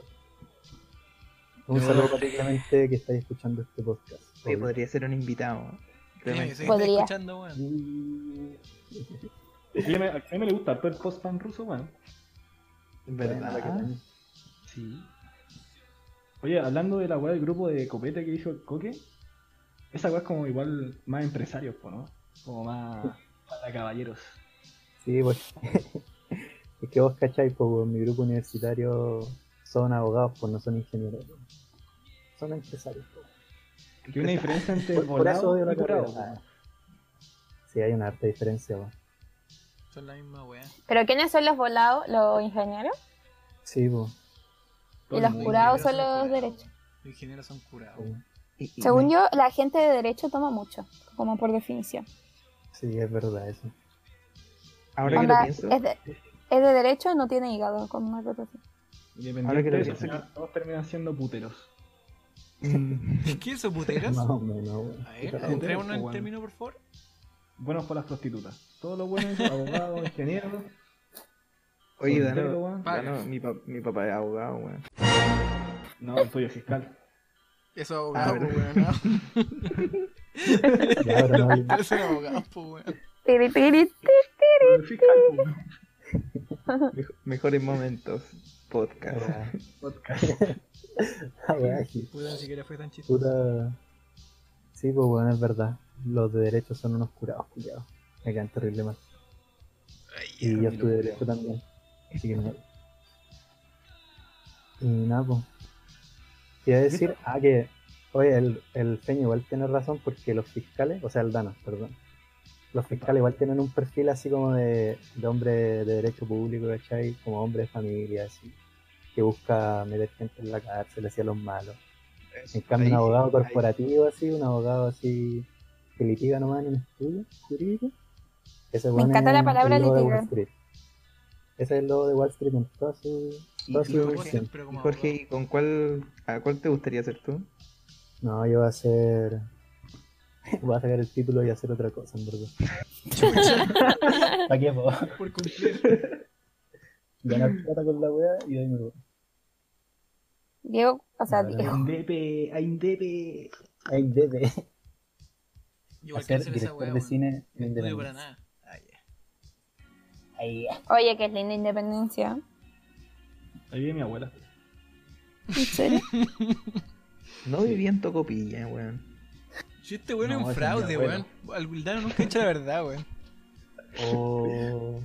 Speaker 2: Un saludo para ti, Clemente, que estáis escuchando este podcast.
Speaker 5: Sí,
Speaker 1: pues,
Speaker 5: podría ser un invitado
Speaker 3: Sí, sí,
Speaker 4: Podría.
Speaker 3: estoy escuchando, weón.
Speaker 1: A mí me le gusta todo el post-pan ruso, bueno.
Speaker 5: verdad
Speaker 1: Sí. Oye, hablando de la weá del grupo de copete que hizo el Coque, esa weá es como igual más empresarios, po, ¿no? Como más para caballeros.
Speaker 2: Sí, pues. es que vos cacháis, pues, weón, mi grupo universitario son abogados, pues no son ingenieros. weón. Son empresarios. pues.
Speaker 1: Que hay una diferencia entre
Speaker 2: Por, por eso
Speaker 1: volado
Speaker 2: odio la
Speaker 1: y curado,
Speaker 2: carrera.
Speaker 1: po.
Speaker 2: Ah. Sí, hay una harta diferencia, weón.
Speaker 3: Son la misma weá.
Speaker 4: ¿Pero quiénes son los volados, los ingenieros?
Speaker 2: Sí, pues.
Speaker 1: Todo el
Speaker 4: y los
Speaker 1: mundo.
Speaker 4: curados son
Speaker 3: Ingenieros
Speaker 4: los
Speaker 3: son curados.
Speaker 4: derechos.
Speaker 3: Los ingenieros son curados.
Speaker 2: sí.
Speaker 4: Según yo, la gente de derecho toma mucho, como por definición.
Speaker 2: Sí, es verdad eso.
Speaker 5: ahora que lo
Speaker 4: Onda,
Speaker 5: pienso
Speaker 4: es, de, es de derecho, no tiene hígado, como una cosa así.
Speaker 5: Ahora que
Speaker 1: Independiente
Speaker 5: lo
Speaker 1: de eso, al
Speaker 5: pienso,
Speaker 1: final todos terminan siendo puteros.
Speaker 5: Mm,
Speaker 3: ¿Qué es eso, puteras?
Speaker 2: Más o menos, weón.
Speaker 3: A ver,
Speaker 1: puteros,
Speaker 3: entrémonos
Speaker 1: pues,
Speaker 3: en
Speaker 1: bueno.
Speaker 3: término, por favor.
Speaker 1: Buenos por las prostitutas. Todos los buenos, abogados, ingenieros.
Speaker 5: Oye,
Speaker 1: solteros,
Speaker 5: Dano,
Speaker 1: weón.
Speaker 3: Pa-
Speaker 5: Dano, mi, pa- mi papá es abogado, weón.
Speaker 1: No, el tuyo es fiscal.
Speaker 3: Eso es abogado,
Speaker 5: A ver.
Speaker 3: pues, weón. ¿no?
Speaker 2: Ya, ahora no hablo.
Speaker 3: Eso es abogado, pues, weón.
Speaker 4: Tiri, tiri.
Speaker 1: El fiscal, pues, weón.
Speaker 5: Mejo- mejores momentos, podcast.
Speaker 2: Ah,
Speaker 1: Podcast.
Speaker 2: weá, que
Speaker 3: Puta, ni siquiera fue tan chistoso.
Speaker 2: Puta. Sí, pues bueno, es verdad. Los de derecho son unos curados, culiados. Me quedan terrible mal.
Speaker 5: a
Speaker 2: Y
Speaker 5: mí
Speaker 2: yo
Speaker 5: lo
Speaker 2: estudié
Speaker 5: cureo.
Speaker 2: derecho también. Así que no. Y nada, pues. Te iba a decir, ah, que. Oye, el, el Feño igual tiene razón porque los fiscales, o sea, el Dano, perdón. Los fiscales igual tienen un perfil así como de, de hombre de derecho público, ¿cachai? Como hombre de familia, así. Que busca meter gente en la cárcel, hacia los malos. En cambio,
Speaker 5: Ahí
Speaker 2: un
Speaker 5: sí,
Speaker 2: abogado
Speaker 5: ahí-
Speaker 2: corporativo así, un abogado así que litiga nomás en un estudio jurídico. Ese
Speaker 4: Me
Speaker 2: weón
Speaker 4: encanta
Speaker 2: es
Speaker 4: la palabra
Speaker 2: el lobo de
Speaker 4: litigar.
Speaker 2: Wall Street. Ese es el logo de Wall Street en toda su,
Speaker 5: Y
Speaker 2: toda
Speaker 5: tú,
Speaker 2: su
Speaker 5: Jorge,
Speaker 2: versión.
Speaker 3: pero
Speaker 5: Y
Speaker 3: como
Speaker 5: Jorge,
Speaker 3: abogado.
Speaker 5: ¿y con cuál, a cuál te gustaría ser tú?
Speaker 2: No, yo voy a hacer. Voy a sacar el título y hacer otra cosa, en verdad. ¿Para qué, po?
Speaker 3: Por cumplir.
Speaker 2: Ganar plata con la weá y de ahí me voy.
Speaker 4: Diego, o sea,
Speaker 2: Ahora,
Speaker 4: Diego.
Speaker 1: Indepe, a Indepe.
Speaker 2: Ay, debe
Speaker 3: Igual que
Speaker 2: hacer
Speaker 3: hacer esa
Speaker 2: director
Speaker 3: weá,
Speaker 2: de
Speaker 3: weón.
Speaker 2: cine en
Speaker 3: No estudio para
Speaker 2: Independencia.
Speaker 3: nada. Ah, ya.
Speaker 2: Ay, ya.
Speaker 4: Oye, que es linda independencia.
Speaker 1: Ahí vive mi abuela.
Speaker 4: ¿En serio?
Speaker 5: No vivía en Tocopilla, weón.
Speaker 3: Si este weón es
Speaker 1: No, ese
Speaker 3: un
Speaker 1: es mi
Speaker 3: fraude,
Speaker 1: abuelo.
Speaker 3: weón. Al Wildano nunca ha hecho la verdad, weón.
Speaker 2: oh,
Speaker 5: O...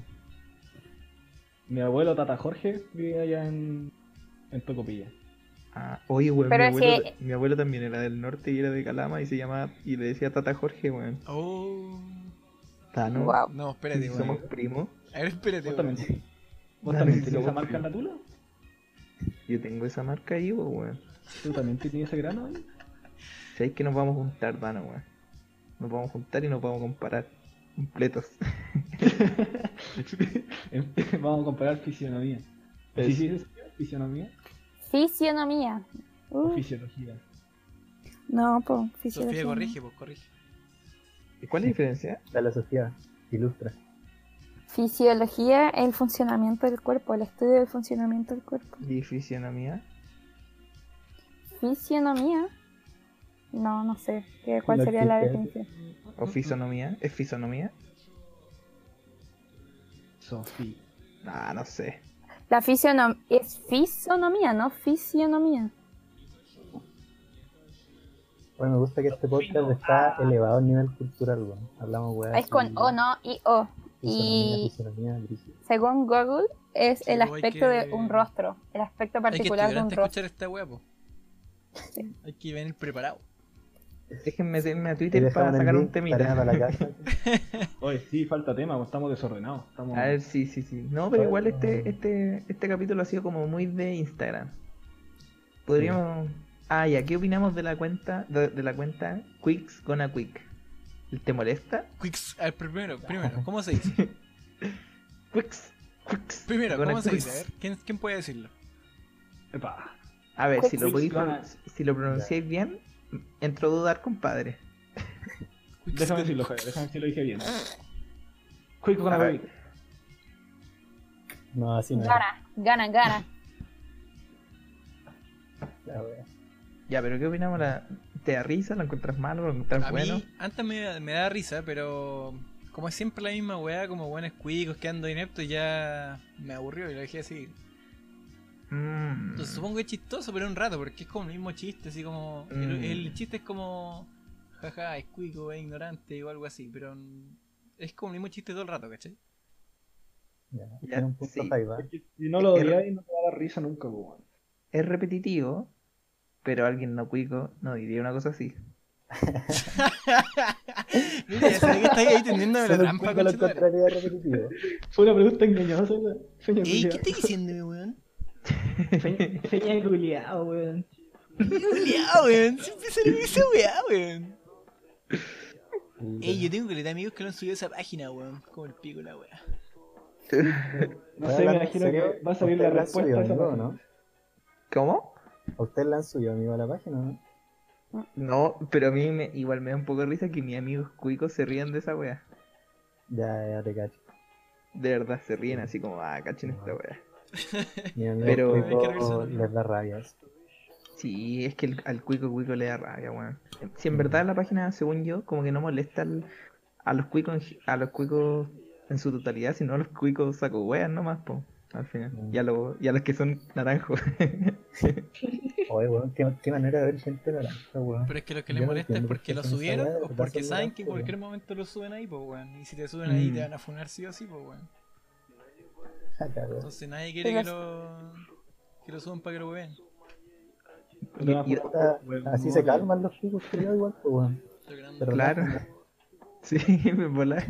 Speaker 1: Mi abuelo Tata Jorge vive allá en, en Tocopilla.
Speaker 5: Ah, oye, weón, mi
Speaker 4: Pero
Speaker 5: abuelo,
Speaker 4: es
Speaker 5: mi abuelo también era del norte y era de Calama y se llamaba, y le decía Tata Jorge, weón.
Speaker 3: Oh.
Speaker 5: Tano,
Speaker 4: Wow.
Speaker 3: No,
Speaker 5: si
Speaker 3: espérate,
Speaker 5: somos
Speaker 3: weón.
Speaker 5: primos.
Speaker 3: A ver, espérate,
Speaker 1: ¿Vos
Speaker 3: weón.
Speaker 1: también, ¿Vos
Speaker 5: Dale,
Speaker 1: también
Speaker 5: sí,
Speaker 1: tenés esa
Speaker 5: vos
Speaker 1: marca en
Speaker 5: sí.
Speaker 1: la tula?
Speaker 5: Yo tengo esa marca ahí, po, weón.
Speaker 1: ¿Tú también tienes ese grano ahí?
Speaker 5: Si que nos vamos a juntar, Dano, weón. Nos vamos a juntar y nos vamos a comparar. Completos.
Speaker 1: Vamos a comparar fisionomía.
Speaker 5: Es-
Speaker 1: ¿Sí, sí, sí, fisionomía?
Speaker 4: Fisionomía.
Speaker 1: ¿O
Speaker 4: Uh,
Speaker 1: fisiología?
Speaker 4: no, po, fisionomía.
Speaker 3: Sofía, corrige, pues, corrige.
Speaker 5: ¿Y cuál es la diferencia?
Speaker 2: Dale, Sofía, ilustra.
Speaker 4: Fisiología, el funcionamiento del cuerpo, el estudio del funcionamiento del cuerpo.
Speaker 5: ¿Y fisionomía?
Speaker 4: Fisionomía. No, no sé. ¿Qué- ¿Cuál
Speaker 2: No
Speaker 4: sería la
Speaker 2: existe.
Speaker 4: definición?
Speaker 5: ¿O fisonomía? ¿Es fisonomía?
Speaker 1: Sofía.
Speaker 5: Ah, no sé.
Speaker 4: La fisionomía es fisonomía, no fisionomía.
Speaker 2: Bueno, me gusta que este podcast está elevado a nivel cultural, weón. Hablamos, weón.
Speaker 4: Es con O, no, y O. Y- Según Google, es
Speaker 3: Sí,
Speaker 4: el
Speaker 3: pues hay
Speaker 4: aspecto de
Speaker 3: que-
Speaker 4: un rostro, el aspecto
Speaker 3: Hay que
Speaker 4: particular
Speaker 3: estudiar
Speaker 4: de un
Speaker 3: antes de
Speaker 4: rostro.
Speaker 3: escuchar esta weá, po.
Speaker 4: Sí.
Speaker 3: Hay que venir preparado.
Speaker 5: Déjenme irme a
Speaker 2: Te
Speaker 5: Twitter
Speaker 2: dejaban
Speaker 5: para sacar un temita.
Speaker 2: para la casa.
Speaker 1: Oye, sí, falta tema, pues estamos desordenados. Estamos...
Speaker 5: A ver, sí, sí, sí. No, pero igual
Speaker 2: Oh.
Speaker 5: este, este, este capítulo ha sido como muy de Instagram. Podríamos. Ah, ya, ¿qué opinamos de la cuenta de, de la cuenta Quicks Gonna Quick? ¿Te molesta?
Speaker 3: Quicks, al primero, primero, ¿cómo se dice?
Speaker 5: Quicks, Quicks.
Speaker 3: Primero,
Speaker 5: Gonna
Speaker 3: ¿cómo se
Speaker 5: Quicks.
Speaker 3: dice? A ver, ¿quién, quién puede decirlo?
Speaker 1: Epa.
Speaker 5: A ver, si lo,
Speaker 1: Quicks
Speaker 5: podéis
Speaker 1: Gonna-
Speaker 5: pro- si lo pronunciáis bien, entro a dudar, compadre.
Speaker 3: Quicks-
Speaker 1: Déjame decirlo, Javier, déjame si lo dije bien. Quick con
Speaker 5: Ah. A
Speaker 1: la
Speaker 5: ver.
Speaker 1: baby.
Speaker 2: No, así no. era.
Speaker 4: Gana, gana, gana.
Speaker 2: La wea.
Speaker 5: Ya, pero ¿qué opinamos? La... ¿Te da risa? ¿Lo encuentras malo? ¿Lo encuentras
Speaker 3: A
Speaker 5: bueno?
Speaker 3: mí, antes me, me da risa, pero como es siempre la misma weá, como buenos cuicos que ando inepto, ya me aburrió y lo dejé así.
Speaker 5: Mm.
Speaker 3: Entonces supongo que es chistoso, pero un rato, porque es como el mismo chiste, así como. El,
Speaker 5: Mm.
Speaker 3: el chiste es como. Jaja, es cuico, es ignorante o algo así, pero. mm, Es como el mismo chiste todo el rato, ¿cachai?
Speaker 2: Ya,
Speaker 5: Ya,
Speaker 2: tiene un punto ¿ah?
Speaker 5: sí.
Speaker 2: ahí, va.
Speaker 1: Porque Si no lo odiáis, no te va a dar risa nunca, weón.
Speaker 5: Es repetitivo, pero alguien no cuico no diría una cosa así.
Speaker 3: Mira, ya sabía que estáis ahí tendiéndome la
Speaker 2: Solo un
Speaker 3: trampa,
Speaker 2: punto a lo
Speaker 3: conchetumare.
Speaker 2: contrario de repetitivo.
Speaker 1: Fue una pregunta engañosa, weón. Feña
Speaker 3: Ey, ¿qué
Speaker 1: culiao.
Speaker 3: estás diciendo, weón?
Speaker 1: Feña- Feña culiao, weón.
Speaker 3: Ya, weón, siempre se lo dice, weá, weón. Ey, yo tengo que leer amigos que lo han subido a esa página, weón. Como el pico la weá.
Speaker 1: No sé, me imagino que va a salir la respuesta a esa
Speaker 2: No,
Speaker 1: pregunta.
Speaker 2: ¿no?
Speaker 5: ¿Cómo?
Speaker 2: ¿A ustedes la han subido, amigo, a la página? ¿no?
Speaker 5: No, pero a mí me, igual me da un poco de risa que mis amigos cuicos se rían de esa wea.
Speaker 2: Ya, ya te cacho.
Speaker 5: De verdad, se ríen así como, ah, cachen esta wea.
Speaker 2: Mi amigo
Speaker 5: Pero-
Speaker 2: Cuico
Speaker 3: Hay que revisarlo.
Speaker 2: les da rabia eso.
Speaker 5: Sí, es que el- al cuico cuico le da rabia, weón. Si
Speaker 2: Mm.
Speaker 5: en verdad la página, según yo, como que no molesta al- a los cuicos en, gi- a los cuicos en su totalidad, sino a los cuicos saco weas nomás, po. Al final.
Speaker 2: Mm.
Speaker 5: Y a, los- y a los que son naranjos.
Speaker 2: Oye, weón, qué, qué manera de ver gente naranja, weón.
Speaker 3: Pero es que lo que
Speaker 2: Yo
Speaker 3: les
Speaker 2: no
Speaker 3: molesta es
Speaker 2: entiendo por
Speaker 3: porque
Speaker 2: qué
Speaker 3: lo
Speaker 2: hacen esa
Speaker 3: subieron
Speaker 2: weá, de
Speaker 3: o
Speaker 2: verdad
Speaker 3: porque
Speaker 2: son
Speaker 3: saben
Speaker 2: weas,
Speaker 3: que en
Speaker 2: pero-
Speaker 3: cualquier momento lo suben ahí, pues, weón. Y si te suben ahí
Speaker 5: Mm.
Speaker 3: te van a funar sí o sí, pues, weón.
Speaker 2: Acá, weón.
Speaker 3: Entonces nadie quiere que
Speaker 4: Pero-
Speaker 3: lo, que lo suban para que lo vean.
Speaker 5: Y- y-
Speaker 2: Puta, Así se calman los chicos, creo, igual, pues, weón. Pero-
Speaker 5: claro. Sí, me volá.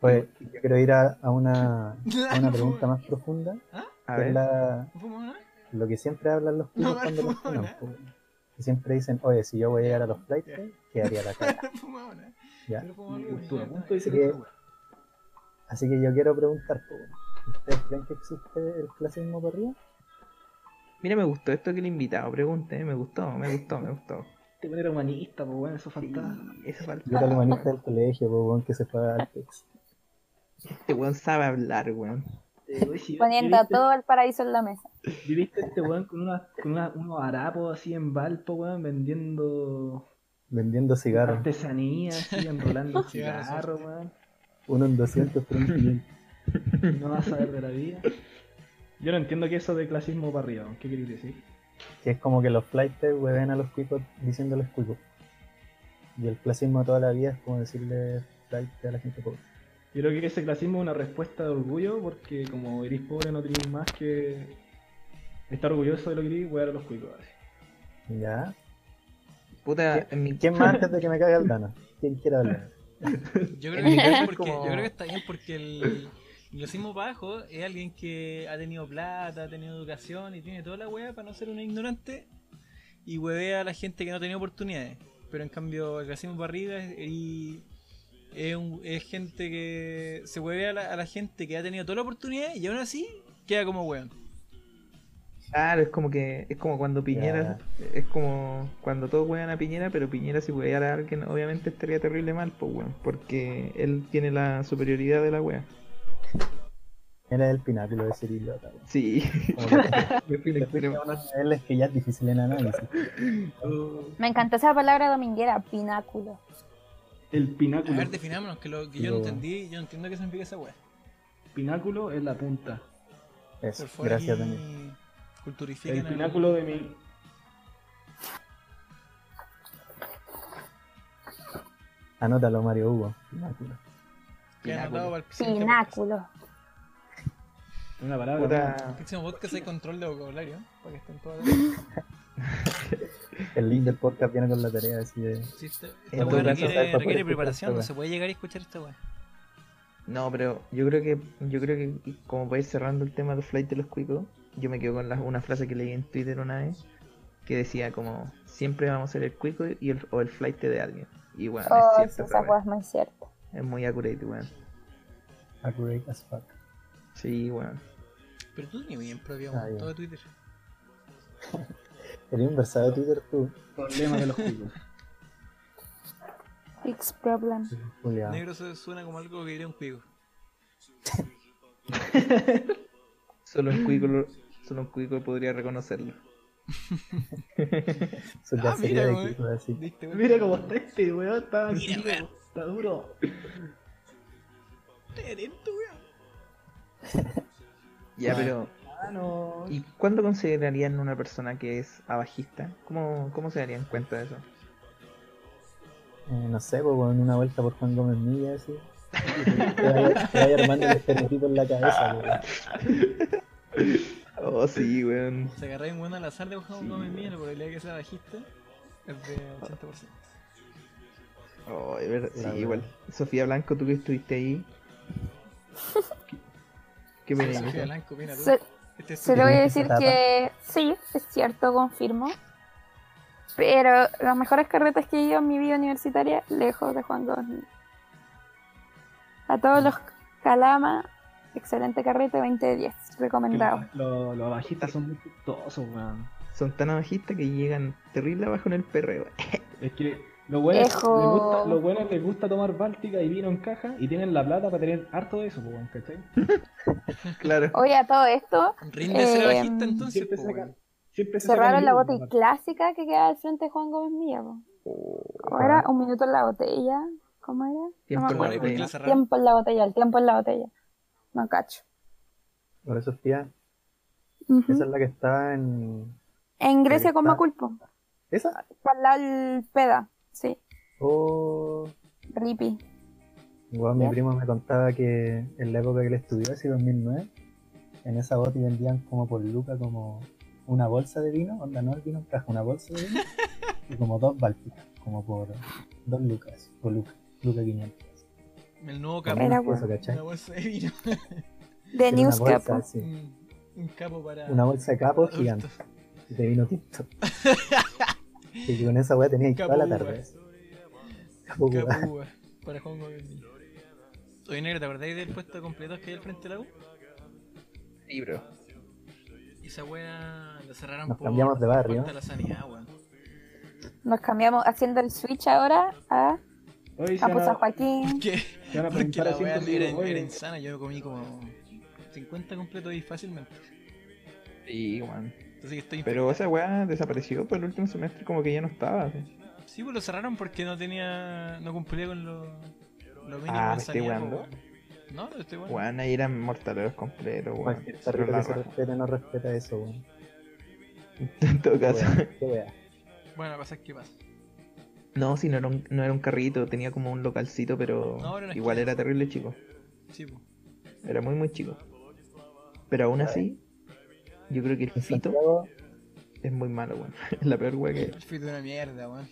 Speaker 2: Pues, quiero ir a, a una, a una pregunta más profunda,
Speaker 5: A
Speaker 2: que es
Speaker 5: ver.
Speaker 2: la,
Speaker 3: ¿No fumo nada?
Speaker 2: lo que siempre hablan los chicos
Speaker 3: No,
Speaker 2: cuando
Speaker 3: no,
Speaker 2: los funan,
Speaker 3: no.
Speaker 2: pues, weón. Que Siempre dicen, oye, si yo voy a llegar a los flights, quedaría la cara,
Speaker 3: No fumaba nada.
Speaker 2: ¿ya?
Speaker 3: Pero fumaba algo,
Speaker 1: Estuve a
Speaker 3: ya
Speaker 1: punto de
Speaker 2: Así
Speaker 1: decir
Speaker 2: que-
Speaker 1: esa wea.
Speaker 2: Así que yo quiero preguntar, pues, weón, ¿ustedes creen que existe el clasismo por arriba?
Speaker 5: Mira, me gustó esto que el invitado pregunte, ¿eh? me gustó, me gustó, me gustó.
Speaker 1: Te manera humanista, pues bueno, eso faltaba.
Speaker 5: Eso falta. Ah,
Speaker 2: Yo era el humanista del colegio, pues, weón, que se fue al PEX.
Speaker 5: Este weón sabe hablar, weón.
Speaker 1: Eh, güey, si-
Speaker 4: Poniendo
Speaker 1: ¿viviste-
Speaker 4: todo el paraíso en la mesa.
Speaker 1: ¿Viviste este weón con, una, con una- unos harapos así en Valpo, weón, vendiendo
Speaker 2: vendiendo cigarros.
Speaker 1: artesanía, así, enrolando
Speaker 3: Cigarros,
Speaker 1: cigarros, weón?
Speaker 2: Uno en 200, por un 500.
Speaker 1: No vas a ver de la vida. Yo no entiendo que eso de clasismo para arriba, ¿qué queréis decir?
Speaker 2: Que es como que los flighters hueven a los cuicos diciéndoles cuicos. Y el clasismo toda la vida es como decirle flight a la gente pobre.
Speaker 1: Yo creo que ese clasismo es una respuesta de orgullo, porque como eres pobre no tenéis más que estar orgulloso de lo que eres, weón, a los cuicos. así.
Speaker 2: ¿Ya?
Speaker 5: Puta, en mi,
Speaker 2: ¿Quién más antes de que me cague el Dano? ¿Quién quiere hablar?
Speaker 3: Yo
Speaker 5: En
Speaker 3: creo,
Speaker 5: mi
Speaker 3: que está
Speaker 5: caso
Speaker 3: bien
Speaker 5: es
Speaker 3: porque,
Speaker 5: como-
Speaker 3: yo creo que está bien porque el glocismo bajo es alguien que ha tenido plata, ha tenido educación y tiene toda la wea para no ser un ignorante y huevea a la gente que no tenía oportunidades. Pero en cambio, el glocismo para arriba es, y es, un- es gente que se huevea a la, a la gente que ha tenido toda la oportunidad y aún así queda como weón.
Speaker 5: Claro, es como que es como cuando Piñera, es como cuando todos juegan a Piñera, pero Piñera si hueveara a alguien obviamente estaría terrible mal, pues weón, porque él tiene la superioridad de la wea.
Speaker 2: Era el pináculo de ser idiota. weón.
Speaker 5: Sí.
Speaker 2: Como que
Speaker 5: Yo fui un
Speaker 2: después
Speaker 5: extremo.
Speaker 2: te van a saber, es que ya es difícil en análisis.
Speaker 4: Me encantó esa palabra dominguera, pináculo.
Speaker 1: El
Speaker 3: A
Speaker 1: pináculo.
Speaker 3: ver, definámonos, que lo que yo no
Speaker 2: Pero-
Speaker 3: entendí, yo no entiendo qué significa esa wea.
Speaker 1: Pináculo es la punta.
Speaker 2: Eso,
Speaker 3: Por favor,
Speaker 2: gracias,
Speaker 3: aquí
Speaker 2: Daniel.
Speaker 3: culturifiquen
Speaker 1: El
Speaker 3: al-
Speaker 1: pináculo de mi.
Speaker 2: Anótalo, Mario Hugo. Pináculo.
Speaker 3: que han
Speaker 5: Pináculo.
Speaker 3: hablado para el siguiente podcast.
Speaker 4: Pináculo.
Speaker 5: Ah,
Speaker 1: Una palabra.
Speaker 5: Puta,
Speaker 3: Próximo podcast hay control de vocabulario, ¿eh? para que estén todos.
Speaker 2: El link del podcast viene con la tarea así de.
Speaker 3: Sí, esta esta
Speaker 5: En
Speaker 3: weá
Speaker 5: todo caso,
Speaker 2: ¿sabes
Speaker 3: requiere,
Speaker 2: por qué
Speaker 3: requiere
Speaker 2: escuchas
Speaker 3: preparación, no
Speaker 2: esta
Speaker 3: se puede llegar y escuchar esta weá.
Speaker 5: no, pero yo creo que yo creo que como para ir cerrando el tema del flight de los cuicos, yo me quedo con la- una frase que leí en Twitter una vez que decía como siempre vamos a ser el cuico y el, o el flight de alguien. Y bueno,
Speaker 4: Oh,
Speaker 5: es
Speaker 4: sí,
Speaker 5: cierto,
Speaker 4: esa
Speaker 5: esa
Speaker 4: hueá es muy cierta.
Speaker 5: wea. es muy accurate, weón.
Speaker 2: Accurate as fuck.
Speaker 5: Sí, weón.
Speaker 3: Pero tú ni bien propio,
Speaker 2: Ah, ya.
Speaker 3: todo de Twitter.
Speaker 2: Eres un versado de Twitter tú,
Speaker 1: Problema de los cuicos.
Speaker 4: Fix problem.
Speaker 2: Julián.
Speaker 3: Negro su- suena como algo que diría un cuico.
Speaker 5: Solo un cuico lo- solo un cuico podría reconocerlo.
Speaker 2: Su
Speaker 3: Ah,
Speaker 2: cacería
Speaker 3: mira,
Speaker 2: de
Speaker 3: weón.
Speaker 2: equipo, así.
Speaker 3: ¿Viste, weón?
Speaker 1: Mira cómo está este, weón. Está,
Speaker 3: Mira,
Speaker 1: duro,
Speaker 3: weón.
Speaker 1: está duro.
Speaker 3: Está atento, weón.
Speaker 5: Ya,
Speaker 2: Ah.
Speaker 5: pero
Speaker 1: Ah, no.
Speaker 5: ¿y cuándo considerarían una persona que es abajista? ¿Cómo, cómo se darían cuenta de eso?
Speaker 2: Eh, no sé, pues en una vuelta por Juan Gómez Milla, así. Te vaya, te vaya armando el estereotipo en la cabeza, pues.
Speaker 5: Oh, sí, weón.
Speaker 3: Se agarra un weón al azar de Juan
Speaker 5: Sí,
Speaker 3: Gómez Mía,
Speaker 5: weón.
Speaker 3: la probabilidad de que sea bajista es de 80%.
Speaker 5: Oh, de ver-
Speaker 2: La
Speaker 5: sí,
Speaker 2: verdad.
Speaker 5: igual. Sofía Blanco, tú que estuviste ahí. ¿Qué
Speaker 3: Pero
Speaker 5: opinas?
Speaker 3: Sofía
Speaker 5: Nico?
Speaker 3: Blanco, mira tú.
Speaker 4: Se,
Speaker 3: Este es tu
Speaker 4: se lo voy a
Speaker 2: ¿Tienes
Speaker 4: decir
Speaker 2: esa
Speaker 4: que sí, es cierto, confirmo. Pero las mejores carretas que he ido en mi vida universitaria, lejos de Juan Gómez. A todos los calama, Excelente carrete, 20 de 10. Recomendado.
Speaker 1: Los lo, los bajistas son muy chistosos, weón.
Speaker 5: Son tan abajistas que llegan terrible abajo en el perreo.
Speaker 1: Es que los buenos, les
Speaker 4: Ejo.
Speaker 1: gusta, los buenos les gusta tomar Báltica y vino en caja y tienen la plata para tener harto de eso, pues, weón, ¿cachai?
Speaker 5: claro.
Speaker 4: Oye, a todo esto,
Speaker 3: Rinde ser
Speaker 4: Eh,
Speaker 3: bajista entonces,
Speaker 1: siempre
Speaker 3: po,
Speaker 1: sacan-
Speaker 3: weón.
Speaker 1: Siempre se sacan
Speaker 4: cerraron la
Speaker 1: lucas,
Speaker 4: botella
Speaker 1: weón.
Speaker 4: clásica que queda al frente de Juan Gómez Milla. po. ¿Cómo era? Un minuto en la botella. ¿Cómo era?
Speaker 5: Tiempo
Speaker 4: me
Speaker 5: en la
Speaker 3: Bueno, ¿y por
Speaker 4: acuerdo.
Speaker 3: qué
Speaker 5: botella.
Speaker 3: la cerraron?
Speaker 4: Tiempo en la botella, el tiempo en la botella. No cacho.
Speaker 2: Por eso, tía,
Speaker 4: Ujú.
Speaker 2: esa es la que está en.
Speaker 4: En Grecia
Speaker 2: ahí
Speaker 4: con
Speaker 2: está.
Speaker 4: Maculpo.
Speaker 2: ¿Esa?
Speaker 4: Para lado del peda. Sí,
Speaker 2: Oh.
Speaker 4: Ripi.
Speaker 2: Weón, mi
Speaker 4: ¿Ya?
Speaker 2: primo me contaba que en la época que él estudió, así 2009, en esa boti vendían como por Luca como una bolsa de vino, onda no el vino en caja, una bolsa de vino y como dos bálticas, como por dos lucas, por Luca, Luca 500.
Speaker 3: El nuevo
Speaker 2: Como
Speaker 3: capo.
Speaker 4: Era
Speaker 2: un peso,
Speaker 4: bueno.
Speaker 2: ¿cachai?
Speaker 3: Una bolsa de vino.
Speaker 4: De
Speaker 2: Era
Speaker 4: News
Speaker 2: una bolsa,
Speaker 4: Capo.
Speaker 2: así,
Speaker 3: Un- Un capo para.
Speaker 2: una bolsa de capos
Speaker 3: adultos.
Speaker 2: gigante de vino tinto. y con esa weá tenía ahí
Speaker 3: Capo
Speaker 2: toda la
Speaker 3: uva.
Speaker 2: tarde. Capo
Speaker 3: Un
Speaker 2: uva.
Speaker 3: capo uva para Juan Gómez Milla. Oye, negro, ¿te acordáis del puesto de completos que hay al frente de la U?
Speaker 5: Sí, bro.
Speaker 3: Esa wea la cerraron
Speaker 2: Nos
Speaker 3: por
Speaker 2: cambiamos de barrio.
Speaker 3: falta de la sanidad, weón.
Speaker 4: Nos cambiamos haciendo el switch ahora a
Speaker 1: Oye, se
Speaker 4: Campo
Speaker 1: van
Speaker 4: San
Speaker 1: a,
Speaker 4: Joaquín.
Speaker 3: ¿Qué?
Speaker 1: se van a
Speaker 3: Porque
Speaker 1: preguntar
Speaker 3: la
Speaker 1: así
Speaker 3: wea
Speaker 1: conmigo,
Speaker 3: era,
Speaker 1: oye,
Speaker 3: era insana, yo me comí como 50 completos y fácilmente.
Speaker 5: Sí, weón.
Speaker 3: Entonces que estoy
Speaker 5: Pero esa weá desapareció por el último semestre, como que ya no estaba. ¿sí?
Speaker 3: Sí, pues lo cerraron porque no tenía. no cumplía con lo, lo mínimo
Speaker 5: Ah,
Speaker 3: de
Speaker 5: ¿me estoy
Speaker 3: sanidad,
Speaker 5: weando?
Speaker 3: pues, weón. No, no te estoy weando.
Speaker 5: Weón, ahí eran mortaleros completos, weón.
Speaker 2: Cualquier
Speaker 5: Pero
Speaker 2: perrito
Speaker 5: la
Speaker 2: que se
Speaker 5: raja.
Speaker 2: respeta no respeta eso, weón.
Speaker 5: En todo
Speaker 2: Qué
Speaker 5: caso.
Speaker 2: weá, Qué weá.
Speaker 3: Bueno, la cosa es que pasa.
Speaker 5: No, si no era, un, no era un carrito, tenía como un localcito, pero
Speaker 3: No, era una
Speaker 5: igual
Speaker 3: esquina.
Speaker 5: era terrible chico.
Speaker 3: Sí, pues.
Speaker 5: Era muy, muy chico. Pero aún así, yo creo que el
Speaker 2: En
Speaker 5: fito
Speaker 2: Santiago,
Speaker 5: es muy malo, weón. Es la peor weá que
Speaker 3: El fito es una mierda, weón.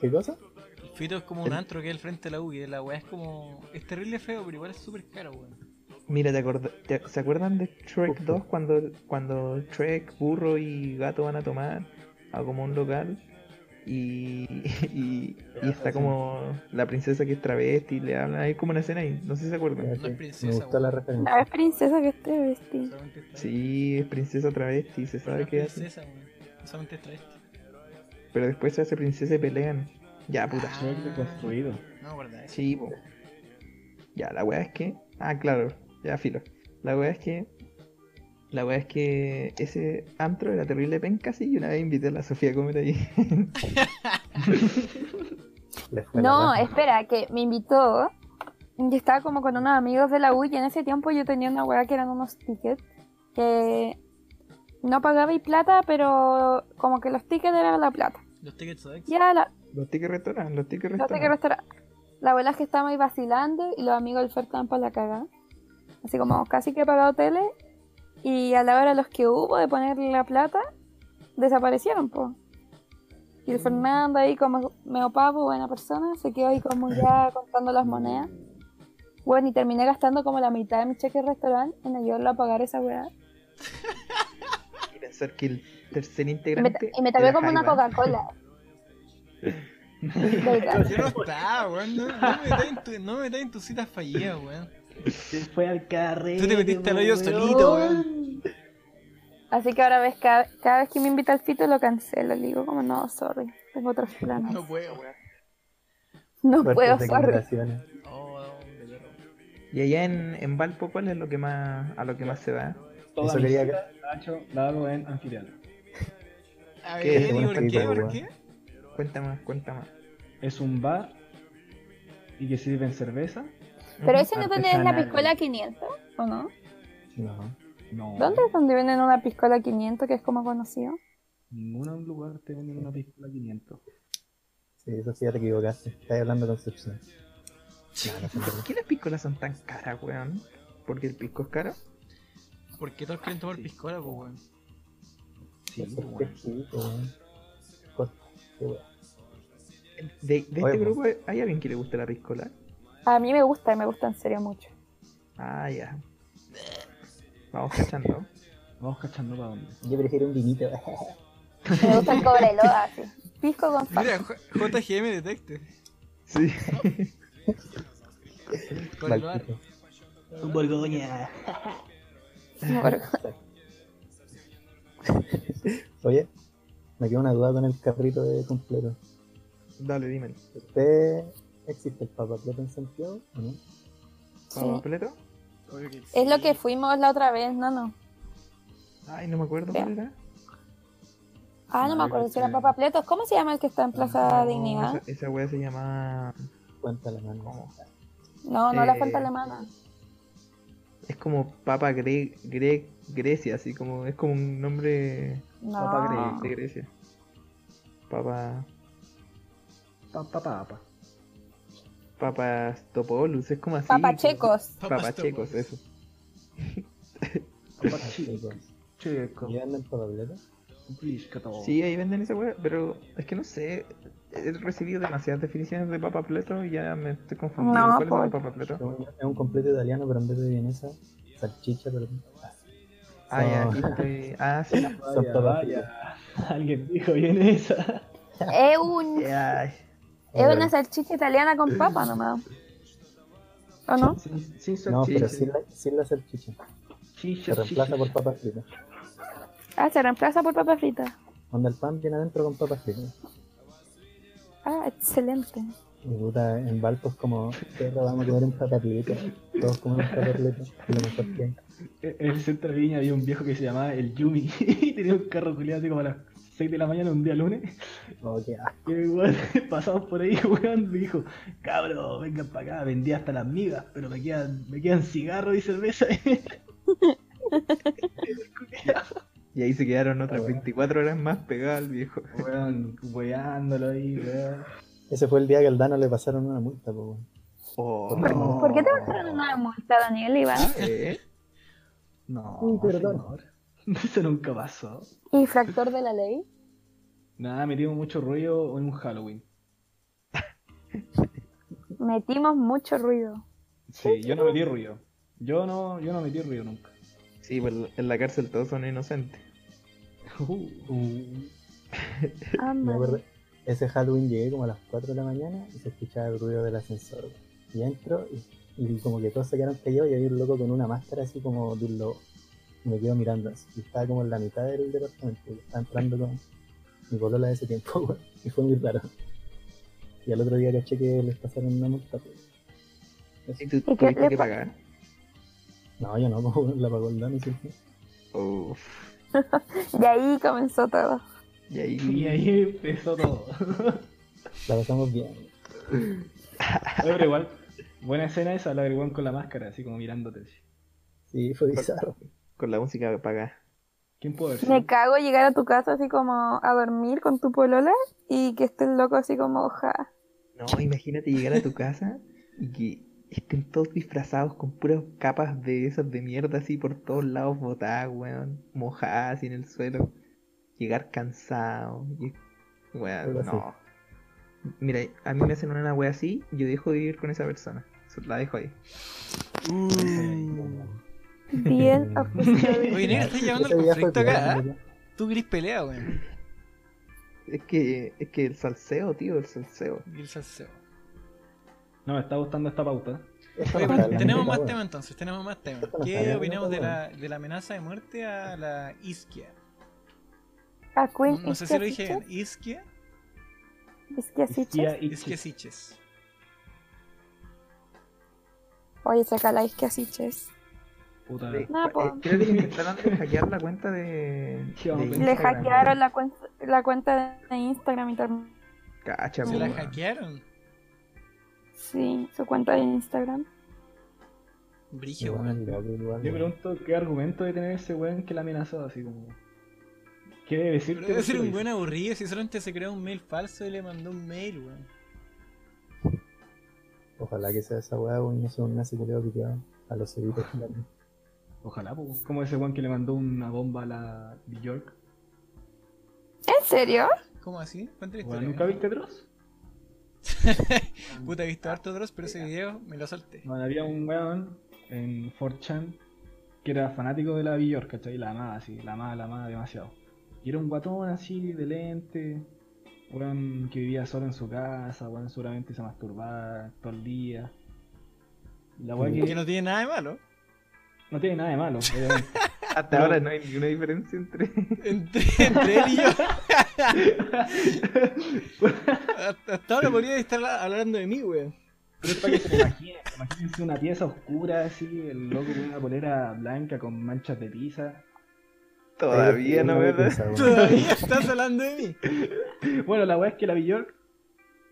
Speaker 2: ¿qué cosa?
Speaker 3: El fito es como un antro que hay al frente de la U, que la weá es como. es terrible feo, pero igual es súper caro, weón.
Speaker 5: Mira, ¿te acorda- te- ¿se acuerdan de Trek 2 cuando, cuando Trek, Burro y Gato van a tomar a como un local? Y, y,
Speaker 2: Ah,
Speaker 5: y está como la princesa que es travesti y le habla. Hay como una escena ahí, no sé si se acuerdan.
Speaker 2: Ok,
Speaker 3: princesa,
Speaker 2: Me gustó la
Speaker 3: weón.
Speaker 4: La
Speaker 2: referencia.
Speaker 4: vez princesa que esté vestida.
Speaker 3: Solamente está ahí.
Speaker 5: Sí, es princesa travesti, se
Speaker 3: Pero
Speaker 5: sabe
Speaker 3: no es
Speaker 5: qué hace.
Speaker 3: princesa, weón. Solamente está este.
Speaker 5: Pero después se hace princesa y pelean. Ya, puta.
Speaker 3: Ah.
Speaker 1: suerte construido.
Speaker 3: No, verdad. Sí.
Speaker 5: Sí, po. Ya, la weá es que. Ah, claro, ya filo. La weá es que. La weá es que ese antro era terrible penca, sí, y una vez invité a la Sofía a comer ahí.
Speaker 2: Le fue la
Speaker 4: No,
Speaker 2: raja.
Speaker 4: espera, que me invitó. Yo estaba como con unos amigos de la U y en ese tiempo yo tenía una weá que eran unos tickets que no pagaba y plata, pero como que los tickets eran la plata.
Speaker 3: eh. Los tickets de
Speaker 4: Ya la,
Speaker 5: los tickets restaurant, los tickets
Speaker 4: No sé qué
Speaker 5: restaurant.
Speaker 4: restaurante. La abuela es que estábamos ahí vacilando y los amigos del Fer estaban para la cagada. Así como casi que he pagado tele. Y a la hora de los que hubo de ponerle la plata, desaparecieron, po. Y el Fernando ahí como medio pavo, buena persona, se quedó ahí como ya contando las monedas. Bueno, y terminé gastando como la mitad de mi cheque de restaurante en ayudarlo a pagar esa weá.
Speaker 5: Y pensar que el tercer
Speaker 4: Y me,
Speaker 5: integrante.
Speaker 4: y me tomé
Speaker 5: era
Speaker 4: como una
Speaker 5: Jaiba.
Speaker 4: Coca-Cola. De verdad.
Speaker 3: Yo no estaba, weón. No, no me metáis en, tu- no me metáis en tus citas fallidas, weón.
Speaker 1: Se fue al carrete.
Speaker 3: Tú te metiste al hoyo solito, weón.
Speaker 4: Así que ahora ves, cada, cada vez que me invita al fito lo cancelo. Le digo como, no, sorry, tengo otros planes. No,
Speaker 3: No puedo, weón.
Speaker 4: puedo,
Speaker 2: Fuertes
Speaker 4: sorry.
Speaker 2: declaraciones.
Speaker 3: Oh, hombre, perro.
Speaker 5: Y allá en, en Valpo, ¿cuál es lo que más, a lo que más se va?
Speaker 1: Toda
Speaker 2: Eso
Speaker 1: mi
Speaker 2: quería
Speaker 1: cita, Nacho, la hago en anfitrión.
Speaker 3: A
Speaker 5: ¿Qué?
Speaker 3: ver, ¿y
Speaker 5: Bueno,
Speaker 3: por qué?
Speaker 2: escrito,
Speaker 3: ¿Por
Speaker 2: weón.
Speaker 3: qué?
Speaker 5: Cuenta más, cuenta más.
Speaker 1: Es un bar y que sirven cerveza.
Speaker 4: Pero ese no es donde es la
Speaker 1: Artesanal.
Speaker 4: piscola 500, ¿o no?
Speaker 2: No.
Speaker 1: No.
Speaker 4: ¿Dónde es donde venden una piscola 500 que es como conocido?
Speaker 1: Ningún lugar te venden una pistola 500.
Speaker 2: Sí, eso sí ya te equivocaste. Estás hablando con Subsum.
Speaker 5: ¿Por qué las piscolas son tan caras, weón? ¿Porque el pisco es caro?
Speaker 3: Porque todos quieren tomar piscola, pues, weón.
Speaker 1: Sí,
Speaker 2: Eso
Speaker 1: weón.
Speaker 2: es chiquito, weón. Costa, qué weá.
Speaker 5: De, de
Speaker 2: Oye,
Speaker 5: este
Speaker 2: pues.
Speaker 5: grupo, ¿hay alguien que le guste la piscola?
Speaker 4: A mí me gusta, y me gusta en serio mucho.
Speaker 5: Ah, ya. Vamos cachando.
Speaker 1: Vamos cachando para dónde.
Speaker 2: Yo prefiero un vinito.
Speaker 4: Me gusta el cobreloa, así. Pisco con sal.
Speaker 3: Mira, J- JGM Detective.
Speaker 5: Sí.
Speaker 3: Por el bar.
Speaker 2: Maldito.
Speaker 5: Su Borgoña.
Speaker 2: Oye, me quedó una duda con el carrito de completo.
Speaker 5: Dale, dímelo.
Speaker 2: ¿Usted existe el papapleto en Santiago o no?
Speaker 5: ¿Pavo completo?
Speaker 3: Obvio que
Speaker 4: Es lo que fuimos la otra vez, no, no.
Speaker 5: Ay, no me acuerdo
Speaker 4: Ya.
Speaker 5: cuál era.
Speaker 4: Ah, no me acuerdo si era Papapletos. ¿Cómo se llama el que está en Plaza
Speaker 5: Ah, No,
Speaker 4: Dignidad?
Speaker 5: Esa, esa wea se llama.
Speaker 2: Cuenta la mano.
Speaker 5: ¿cómo?
Speaker 4: No, no la
Speaker 5: Eh,
Speaker 4: falta alemana.
Speaker 5: Es como Papa Gre Gre- Grecia, así como. Es como un nombre. Papa Gre-
Speaker 4: No.
Speaker 5: de Grecia. Papa.
Speaker 1: Pa, pa, pa, pa.
Speaker 5: Papastopoulos, es como así.
Speaker 4: Papachecos.
Speaker 5: Papachecos, eso.
Speaker 1: Pa, pa,
Speaker 2: Sí,
Speaker 1: chico,
Speaker 2: pues.
Speaker 1: chico,
Speaker 2: ¿Y andan papapleto?
Speaker 1: bliscato.
Speaker 5: Sí, ahí venden esa wea, pero es que no sé. He recibido demasiadas definiciones de Papa Pleto y ya me estoy confundiendo.
Speaker 4: No,
Speaker 5: ¿Cuál
Speaker 4: pues.
Speaker 5: es el Papa Pleto?
Speaker 2: Es un- es un completo italiano, pero en vez de vienesa, salchicha, pero.
Speaker 5: Ah, ya,
Speaker 2: No.
Speaker 5: aquí estoy. Ah, sí.
Speaker 1: Vaya,
Speaker 2: Son
Speaker 1: vaya. Alguien dijo bien esa.
Speaker 4: Es un,
Speaker 5: Ay,
Speaker 4: es una salchicha italiana con papa nomás. ¿O no?
Speaker 1: Sin, sin
Speaker 2: No, pero
Speaker 1: salchicha.
Speaker 2: sin la, sin la salchicha.
Speaker 1: Chicha,
Speaker 2: Se reemplaza
Speaker 1: chicha.
Speaker 2: por papas fritas.
Speaker 4: Ah, se reemplaza por papa frita.
Speaker 2: Cuando el pan viene adentro con papas fritas.
Speaker 4: Ah, excelente.
Speaker 2: Y puta, en Valpo es como, ¿qué hora vamos a comer un papaplito? Todos comemos papaplito. Lo mejor que hay.
Speaker 1: E-, En en el centro de Viña había un viejo que se llamaba el Yumi. Y tenía un carro culiado así como a las 6 de la mañana un día lunes.
Speaker 2: Oh, qué asco.
Speaker 1: Y el weón pasamos por ahí, weón, me dijo, cabro, vengan para acá, vendía hasta las migas, pero me quedan, me quedan cigarros y cerveza.
Speaker 5: Y ahí se quedaron
Speaker 2: Ah,
Speaker 5: otras
Speaker 2: bueno.
Speaker 5: 24 horas más pegadas al viejo.
Speaker 1: Weón, weándolo ahí, weón.
Speaker 2: Ese fue el día que al Dano le pasaron una multa, po, weón.
Speaker 5: Oh,
Speaker 4: ¿Por, por qué te pasaron una multa, Daniel Iván?
Speaker 5: ¿Eh?
Speaker 1: No,
Speaker 2: Uy, perdón.
Speaker 1: señor. Eso nunca pasó.
Speaker 4: ¿Infractor de la ley?
Speaker 1: Nada, metimos mucho ruido en un Halloween.
Speaker 4: Metimos mucho ruido.
Speaker 1: Sí, yo no metí ruido. Yo no, yo no metí ruido nunca.
Speaker 5: Sí, pues en la cárcel todos son inocentes.
Speaker 1: Uh.
Speaker 2: Me
Speaker 4: Ándale.
Speaker 2: acuerdo, ese Halloween llegué como a las 4 de la mañana y se escuchaba el ruido del ascensor. weón. Y entro y, y como que todos se quedaron callados y había un loco con una máscara así como de un lobo. Y me quedo mirando así. Y estaba como en la mitad del departamento. y estaba entrando con mi polola de ese tiempo, weón. Y fue muy raro. Y al otro día caché que les pasaron una multa. pues.
Speaker 5: ¿Y tú
Speaker 4: qué
Speaker 5: tuviste
Speaker 4: le
Speaker 5: que
Speaker 4: pa-
Speaker 5: pagar?
Speaker 2: No, yo no, po, weón, la pagó el Dano. sí.
Speaker 5: Uf.
Speaker 4: De ahí comenzó todo.
Speaker 5: Y ahí...
Speaker 1: Y ahí empezó todo.
Speaker 2: La pasamos bien.
Speaker 1: Oye, pero igual, buena escena esa, la del weón con la máscara, así como mirándote. así.
Speaker 2: Sí, fue bizarro.
Speaker 5: Con la música que paga.
Speaker 1: ¿Quién puede ser?
Speaker 4: Me cago llegar a tu casa así como a dormir con tu polola y que esté el loco así como, ja.
Speaker 5: No, imagínate llegar a tu casa y que estén todos disfrazados con puras capas de esas de mierda así por todos lados botadas, weón. Mojadas así en el suelo. Llegar cansado. y-
Speaker 2: Algo
Speaker 5: Weón,
Speaker 2: así.
Speaker 5: no. Mira, a mí me hacen una wea así, yo dejo de vivir con esa persona. La dejo ahí.
Speaker 4: The end of the story.
Speaker 3: Mm. Oye, negro, estás llevando el
Speaker 2: Ese día fue
Speaker 3: conflicto acá.
Speaker 2: bien,
Speaker 3: ¿eh? Tú querés pelea, weón.
Speaker 5: Es que, es que el salseo, tío, el salseo.
Speaker 3: Y el salseo.
Speaker 1: No, me está gustando esta pauta.
Speaker 2: Esto
Speaker 3: Oye,
Speaker 2: no
Speaker 3: pero
Speaker 2: está
Speaker 3: tenemos
Speaker 2: hablando,
Speaker 3: más
Speaker 2: weón.
Speaker 3: temas entonces, tenemos más temas.
Speaker 2: Esto no está
Speaker 3: ¿Qué
Speaker 2: bien,
Speaker 3: opinamos de
Speaker 2: weón.
Speaker 3: la, de la amenaza de muerte a la isquia?
Speaker 4: A Queen
Speaker 3: No sé si lo dije bien. Isquia,
Speaker 4: Es que así,
Speaker 1: Isquia,
Speaker 3: isquia
Speaker 1: isquia.
Speaker 3: siches.
Speaker 4: Oye, saca la es que así, ches.
Speaker 3: Ah.
Speaker 1: Puta.
Speaker 5: Eh,
Speaker 4: No, po.
Speaker 5: eh, creo que le intentaron de hackear la cuenta de.
Speaker 1: Sí,
Speaker 5: de
Speaker 1: vamos, le
Speaker 4: Le
Speaker 5: Instagram.
Speaker 4: hackearon la, cuen- la cuenta de Instagram y todo.
Speaker 5: Cacha,
Speaker 3: ¿Se la
Speaker 5: po, weón.
Speaker 3: hackearon?
Speaker 4: Sí, su cuenta de Instagram.
Speaker 3: Brigio,
Speaker 2: Igual,
Speaker 3: weón.
Speaker 2: loco, igual,
Speaker 1: Yo
Speaker 2: weón.
Speaker 1: pregunto qué argumento de tener ese weón que la amenazó, así como. ¿Qué debe decir?
Speaker 3: Pero debe ser un buen aburrido si solamente se creó un mail falso y le mandó un mail, weón.
Speaker 2: Ojalá que sea esa weá, weón, no sea un nazi culiao piteado a los cebitos. claro.
Speaker 1: Ojalá, po. como ese weón que le mandó una bomba a la New York.
Speaker 4: ¿En serio?
Speaker 3: ¿Cómo así? Cuéntale la
Speaker 1: Weón,
Speaker 3: historia.
Speaker 1: ¿Nunca viste Dross?
Speaker 3: Puta, he visto harto Dross, pero ese video me lo salté.
Speaker 1: Bueno, había un weón en 4chan que era fanático de la New York, ¿cachai? La amaba, así, la amaba, la amaba demasiado. Y era un guatón así, de lente, weón que vivía solo en su casa, weón seguramente se masturbaba todo el día. La weá
Speaker 3: Que
Speaker 1: que
Speaker 3: no tiene nada de malo.
Speaker 1: no tiene nada de malo, obviamente.
Speaker 5: Hasta ahora no hay ninguna diferencia entre.
Speaker 3: Entre, entre él y yo. hasta, hasta ahora podría estar hablando de mí, weón.
Speaker 1: Pero es para que se lo imaginen. Imagínense una pieza oscura así, el loco con una polera blanca con manchas de pizza.
Speaker 5: Todavía no,
Speaker 2: me
Speaker 5: ¿verdad?
Speaker 3: Todavía estás hablando de mí.
Speaker 1: Bueno, la weá es que la Bjork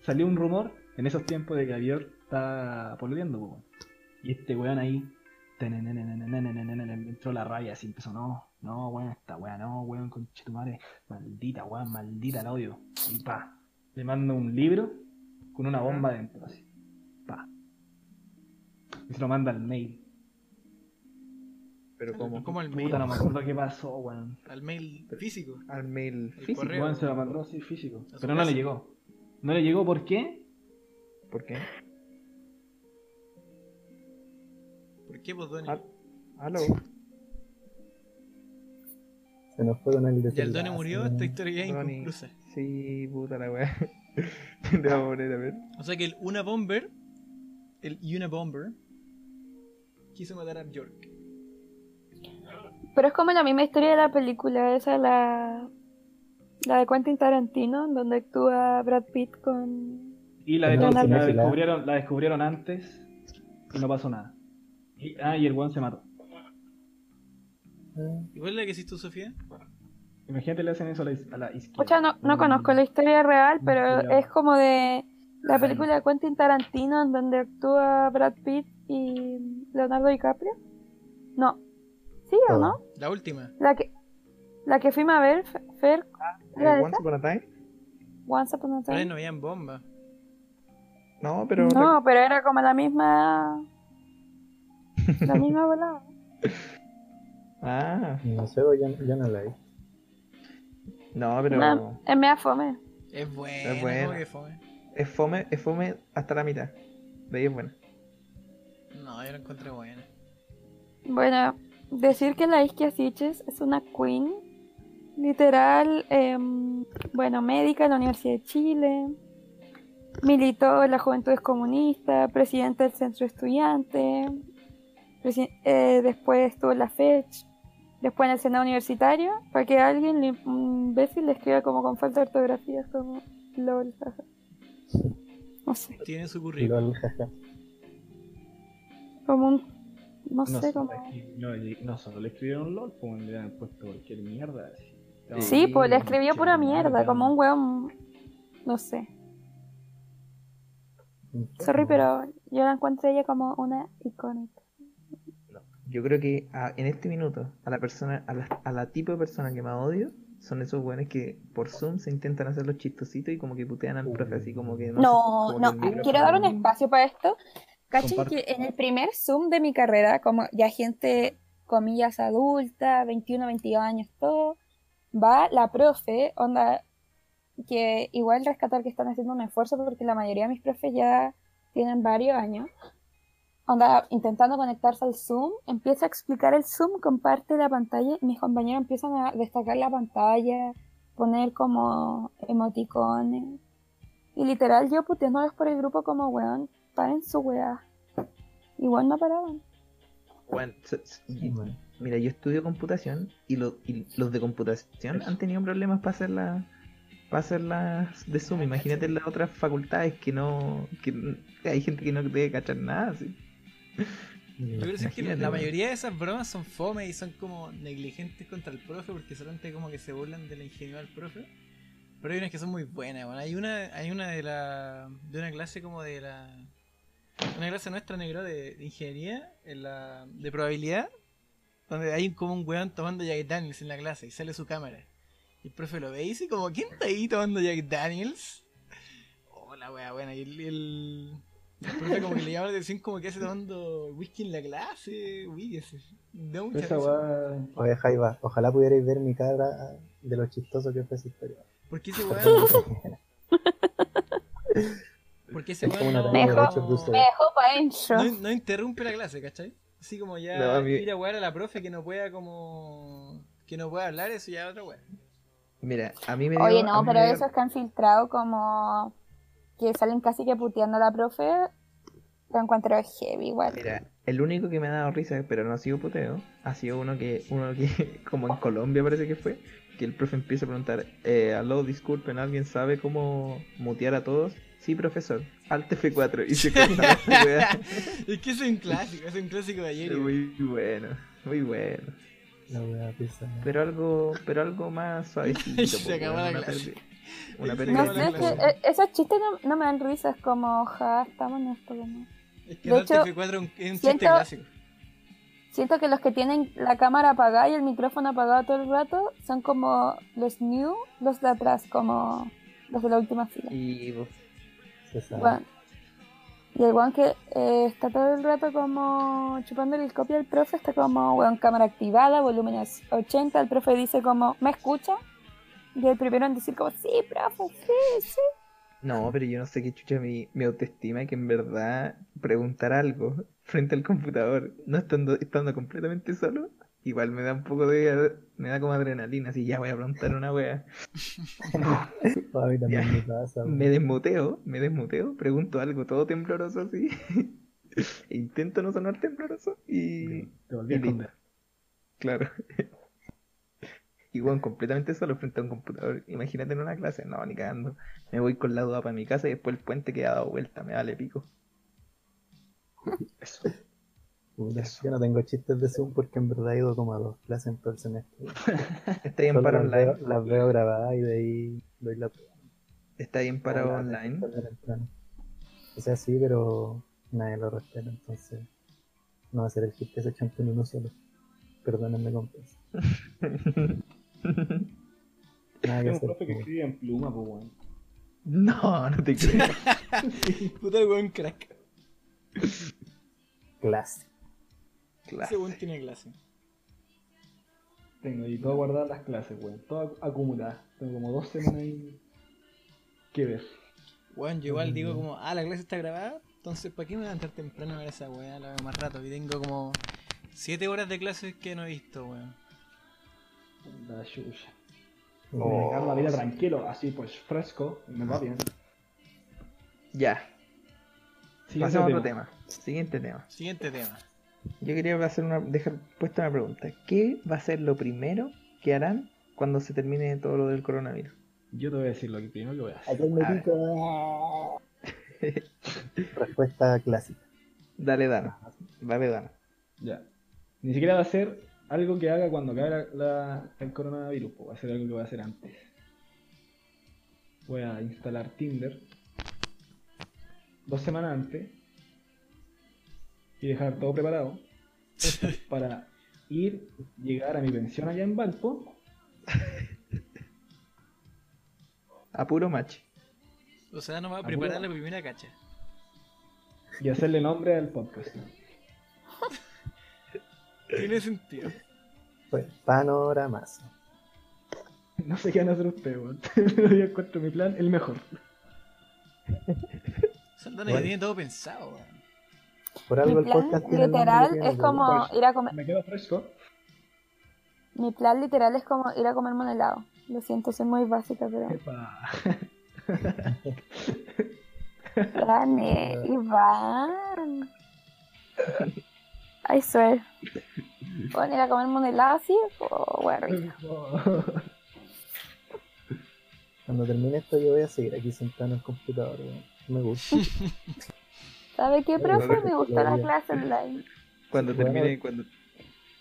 Speaker 1: salió un rumor en esos tiempos de que la Bjork está pololeando, po, weón. Y este weón ahí tenenenenenenenenenenen, entró la raya así, empezó, no, no, weón, esta weá no, weón, conchetumare, maldita weón, maldita la odio. Y pa, le mando un libro con una bomba dentro, así. Pa. Y se lo manda al mail.
Speaker 5: Pero como.
Speaker 3: Como al mail.
Speaker 1: Puta, no me acuerdo qué pasó, weón.
Speaker 3: Al mail físico.
Speaker 5: Al mail
Speaker 3: El
Speaker 5: físico.
Speaker 3: correo.
Speaker 1: Weón se lo mandó así físico.
Speaker 3: A su
Speaker 1: Pero no le
Speaker 3: casa.
Speaker 1: llegó. No le llegó, ¿por qué?
Speaker 5: ¿Por qué?
Speaker 3: ¿Por qué, pues, Donny?
Speaker 5: Ah, Aló.
Speaker 2: Se nos fue Donald de
Speaker 3: Ya el
Speaker 2: Silva,
Speaker 3: Donny murió,
Speaker 2: así,
Speaker 3: esta historia ya es
Speaker 5: Donny.
Speaker 3: inconclusa.
Speaker 5: Sí, puta la weá. Te voy a poner a ver.
Speaker 3: O sea que el Una Bomber, el Una Bomber, quiso matar a Bjork.
Speaker 4: Pero es como la misma historia de la película, esa la, la de Quentin Tarantino, en donde actúa Brad Pitt con...
Speaker 1: Y la,
Speaker 2: Que
Speaker 1: descu-
Speaker 4: no se
Speaker 1: la
Speaker 2: mezcla.
Speaker 1: descubrieron, la descubrieron antes y no pasó nada. Y, ah, y el weón se mató.
Speaker 2: Ah,
Speaker 3: ¿Y cuál es la que hiciste tú, Sofía?
Speaker 1: Imagínate le hacen eso a la, iz- a la izquierda.
Speaker 4: Pucha, no, no conozco la historia real, pero
Speaker 1: Mezclado.
Speaker 4: es como de la película de Quentin Tarantino, en donde actúa Brad Pitt y Leonardo DiCaprio. No. ¿Sí o
Speaker 2: Ah.
Speaker 4: no?
Speaker 3: La última.
Speaker 4: La que, la que fuimos a ver, Fer- Fer, ¿era
Speaker 5: Eh,
Speaker 4: esa?
Speaker 5: Once Upon a Time.
Speaker 4: Once Upon a
Speaker 3: Pero ahí
Speaker 4: Time.
Speaker 3: no habían bomba.
Speaker 5: No, pero.
Speaker 4: No, pero era como la misma... La misma volada.
Speaker 5: Ah,
Speaker 2: No sé, yo, yo no la vi.
Speaker 5: no, pero.
Speaker 4: Una- Es media eh, fome.
Speaker 3: Es buena,
Speaker 5: Es buena.
Speaker 3: ¿cómo que fome?
Speaker 5: Es fome, es fome hasta la mitad. De ahí es buena.
Speaker 3: No, yo la encontré buena.
Speaker 4: Bueno, decir que la Isquia Siches es una queen, literal, em, bueno, médica de la Universidad de Chile, militó en la Juventud Comunista, presidenta del Centro Estudiante, presi- eh, después estuvo en la FECH, después en el Senado Universitario, para que alguien, le- un imbécil, le escriba como con falta de ortografía, es como LOL, jaja. No sé,
Speaker 3: Tiene su currículum.
Speaker 2: LOL, jaja.
Speaker 4: como un. No,
Speaker 1: No,
Speaker 4: sé,
Speaker 1: sé,
Speaker 4: como.
Speaker 1: aquí no, le- no solo le escribieron LOL, como le han puesto cualquier mierda. así.
Speaker 4: Sí, pues le escribió
Speaker 1: Che,
Speaker 4: pura mierda, como un weón. No sé. Sorry, pero yo la encuentro a ella como una icónica.
Speaker 5: Yo creo que a- en este minuto, a la persona, a la, a la tipo de persona que más odio, son esos buenos que por Zoom se intentan hacer los chistositos y como que putean al profe así como que
Speaker 4: No,
Speaker 5: como
Speaker 4: no,
Speaker 5: que el micrófono-
Speaker 4: quiero dar un espacio para esto. Cachen
Speaker 1: Comparte.
Speaker 4: que en el primer Zoom de mi carrera, como ya gente, comillas, adulta, 21, 22 años, todo, va la profe, onda, que igual rescatar que están haciendo un esfuerzo porque la mayoría de mis profes ya tienen varios años. Onda, intentando conectarse al Zoom, empieza a explicar el Zoom, comparte la pantalla y mis compañeros empiezan a destacar la pantalla, poner como emoticones. Y literal yo puteándoles por el grupo como weón, paren su weá. Igual no paraban.
Speaker 5: Bueno, so- so- y-
Speaker 2: Bueno,
Speaker 5: mira, yo estudio computación y, lo- y los de computación han tenido problemas para hacer la para hacer las de
Speaker 3: Ah,
Speaker 5: Zoom. Imagínate en las otras facultades que no que n- hay gente que no debe cachar nada. así.
Speaker 3: Yo creo que, sí que la- la
Speaker 5: Imagínate,
Speaker 3: mayoría de esas bromas son fome y son como negligentes contra el profe porque solamente como que se burlan de la ingenuidad del profe. Pero hay unas que son muy buenas, bueno. Hay una, hay una de la. de una clase como de la. Una clase nuestra negro de, de ingeniería, en la, de probabilidad, donde hay como un weón tomando Jack Daniels en la clase y sale su cámara. Y el profe lo ve y dice como, ¿quién está ahí tomando Jack Daniels? Oh, la wea buena. Y el, el, el profe como que le llama la atención como que hace tomando whisky en la clase. Uy, ese. Da mucha
Speaker 1: Esa
Speaker 3: risa.
Speaker 1: weá.
Speaker 2: Oye, Jaiba, ojalá pudierais ver mi cara de lo chistoso que fue esa historia.
Speaker 3: Porque ese weón. Porque ese
Speaker 2: Es como
Speaker 3: weón.
Speaker 2: una
Speaker 3: no-
Speaker 2: talla
Speaker 4: de
Speaker 2: ocho plus
Speaker 4: Me dejó pa' dentro.
Speaker 3: no, no interrumpe la clase, ¿cachai? Así como ya
Speaker 5: No, a mí-
Speaker 3: ir a wear a la profe que no pueda como... Que no pueda hablar, eso ya es otra wea.
Speaker 5: Mira, a mí me dio-
Speaker 4: Oye,
Speaker 5: a
Speaker 4: no,
Speaker 5: mí
Speaker 4: pero
Speaker 5: me dio-
Speaker 4: esos que han filtrado como que salen casi que puteando a la profe, Lo encuentro heavy igual.
Speaker 5: Mira, el único que me ha dado risa, pero no ha sido puteo, ha sido uno que, uno que como en Colombia parece que fue, que el profe empieza a preguntar, eh, aló, disculpen, ¿alguien sabe cómo mutear a todos? Sí, profesor, alt F4, y se corta la wea.
Speaker 3: es que es un clásico, es un clásico de ayer. güey.
Speaker 5: Muy bueno, muy bueno.
Speaker 2: La wea pesa.
Speaker 5: Pero algo, pero algo más suavecito.
Speaker 3: Se
Speaker 5: po,
Speaker 3: acabó
Speaker 5: weón,
Speaker 3: la
Speaker 5: una
Speaker 3: clase.
Speaker 5: pérdida- Una
Speaker 3: Se
Speaker 5: pérdida
Speaker 4: No
Speaker 3: acabó
Speaker 5: de
Speaker 4: sé,
Speaker 3: la
Speaker 4: es que,
Speaker 5: tiempo.
Speaker 3: clase.
Speaker 4: eh, esos chistes no, no me dan risa, es como, ja, estamos en esto. ¿no?
Speaker 3: Es que
Speaker 4: De
Speaker 3: Dante
Speaker 4: hecho,
Speaker 3: F4 es un- es un chiste
Speaker 4: siento-
Speaker 3: clásico.
Speaker 4: Siento que los que tienen la cámara apagada y el micrófono apagado todo el rato son como los new, los de atrás, como los de la última fila.
Speaker 5: Y pues,
Speaker 2: Se sabe.
Speaker 4: Weón. Y el weón que eh, está todo el rato como chupándole el copia al profe, está como, weón, cámara activada, volumen a 80, el profe dice como, ¿me escucha? Y el primero en decir como, sí, profe, sí, sí.
Speaker 5: no, pero yo no sé qué chucha mi, mi autoestima que en verdad preguntar algo frente al computador, no estando, estando completamente solo, igual me da un poco de, me da como adrenalina, así ya voy a preguntar una wea.
Speaker 2: Oh, A mí también
Speaker 5: Ya.
Speaker 2: me pasa.
Speaker 5: Me desmuteo, me desmuteo, pregunto algo todo tembloroso así. e Intento no sonar tembloroso y
Speaker 1: Te volví a
Speaker 5: Y listo.
Speaker 1: esconder.
Speaker 5: claro. Y bueno, completamente solo frente a un computador. Imagínate en una clase, no, ni cagando. Me voy con la duda para mi casa y después el puente queda dado vuelta, me vale pico. Eso.
Speaker 2: Puta, Yo no tengo chistes de Zoom porque en verdad he ido como a dos clases en todo el semestre.
Speaker 5: Está bien
Speaker 2: Solo
Speaker 5: para
Speaker 2: las veo,
Speaker 5: online.
Speaker 2: las veo grabadas y de ahí doy la prueba.
Speaker 5: Está bien para
Speaker 2: Hola,
Speaker 5: online.
Speaker 2: hola, temprano. O sea, sí, pero nadie lo respeta, entonces no va a ser el chiste ese chantón uno solo. Perdónenme, compas. Nada
Speaker 1: Es
Speaker 2: que
Speaker 1: un
Speaker 2: hacer.
Speaker 1: profe que escribe en pluma, pues, weón.
Speaker 5: No, no te creo.
Speaker 3: Puta el weón crack.
Speaker 2: Clase.
Speaker 5: Clase.
Speaker 3: Ese weón tiene clase.
Speaker 1: Tengo ahí todas guardadas las clases, weón. Todas acumuladas. Tengo como dos semanas ahí que ver.
Speaker 3: Weón, yo igual digo como, ah, la clase está grabada, entonces ¿para qué me voy a levantar temprano a ver esa weá? La veo más rato. Y tengo como 7 horas de clases que no he visto, weón.
Speaker 1: La chucha.
Speaker 2: Mira,
Speaker 1: Me
Speaker 5: Oh.
Speaker 1: dejar la vida tranquilo, así pues fresco, y me va bien.
Speaker 5: Ya,
Speaker 1: Siguiente
Speaker 5: pasemos a otro
Speaker 1: tema.
Speaker 5: tema. Siguiente tema.
Speaker 3: Siguiente tema.
Speaker 5: Yo quería hacer una, dejar puesta una pregunta. ¿Qué va a ser lo primero que harán cuando se termine todo lo del coronavirus?
Speaker 1: Yo te voy a decir lo que primero que voy a hacer.
Speaker 2: Aquel me
Speaker 5: A ver.
Speaker 2: pico. ah. Respuesta clásica.
Speaker 5: Dale, Dana. Dale, Dana.
Speaker 1: Ya. Ni siquiera va a ser algo que haga cuando caiga la- la- el coronavirus, pues, va a ser algo que voy a hacer antes. Voy a instalar Tinder dos semanas antes y dejar todo preparado para ir, llegar a mi pensión allá en Valpo,
Speaker 5: A puro match.
Speaker 3: o sea, nos va a
Speaker 1: Apuro.
Speaker 3: preparar la primera cacha.
Speaker 1: y hacerle nombre al podcast.
Speaker 3: Tiene sentido.
Speaker 2: Pues, panoramazo.
Speaker 1: No sé qué van a hacer ustedes, weón. Pero yo encuentro mi plan el mejor.
Speaker 3: Saldana ya
Speaker 2: Bueno.
Speaker 3: tiene todo pensado, weón.
Speaker 2: Por algo
Speaker 4: Mi
Speaker 2: el
Speaker 4: plan
Speaker 2: podcast tiene el nombre que
Speaker 4: literal
Speaker 2: tiene,
Speaker 4: es
Speaker 2: pues.
Speaker 4: como ir a comer,
Speaker 1: Me quedo fresco.
Speaker 4: mi plan literal es como ir a comerme un helado. Lo siento, soy muy básica, pero
Speaker 1: Epa.
Speaker 4: gané, E, Iván. I swear. Bueno, ir a comerme un helado así, oh, weón, rico.
Speaker 2: Cuando termine esto, yo voy a seguir aquí sentado en el computador. weón. Me gusta.
Speaker 4: ¿Sabe qué, profe? Me gustó la
Speaker 2: Gloria.
Speaker 4: clase online.
Speaker 5: Cuando
Speaker 2: Bueno.
Speaker 5: termine, cuando,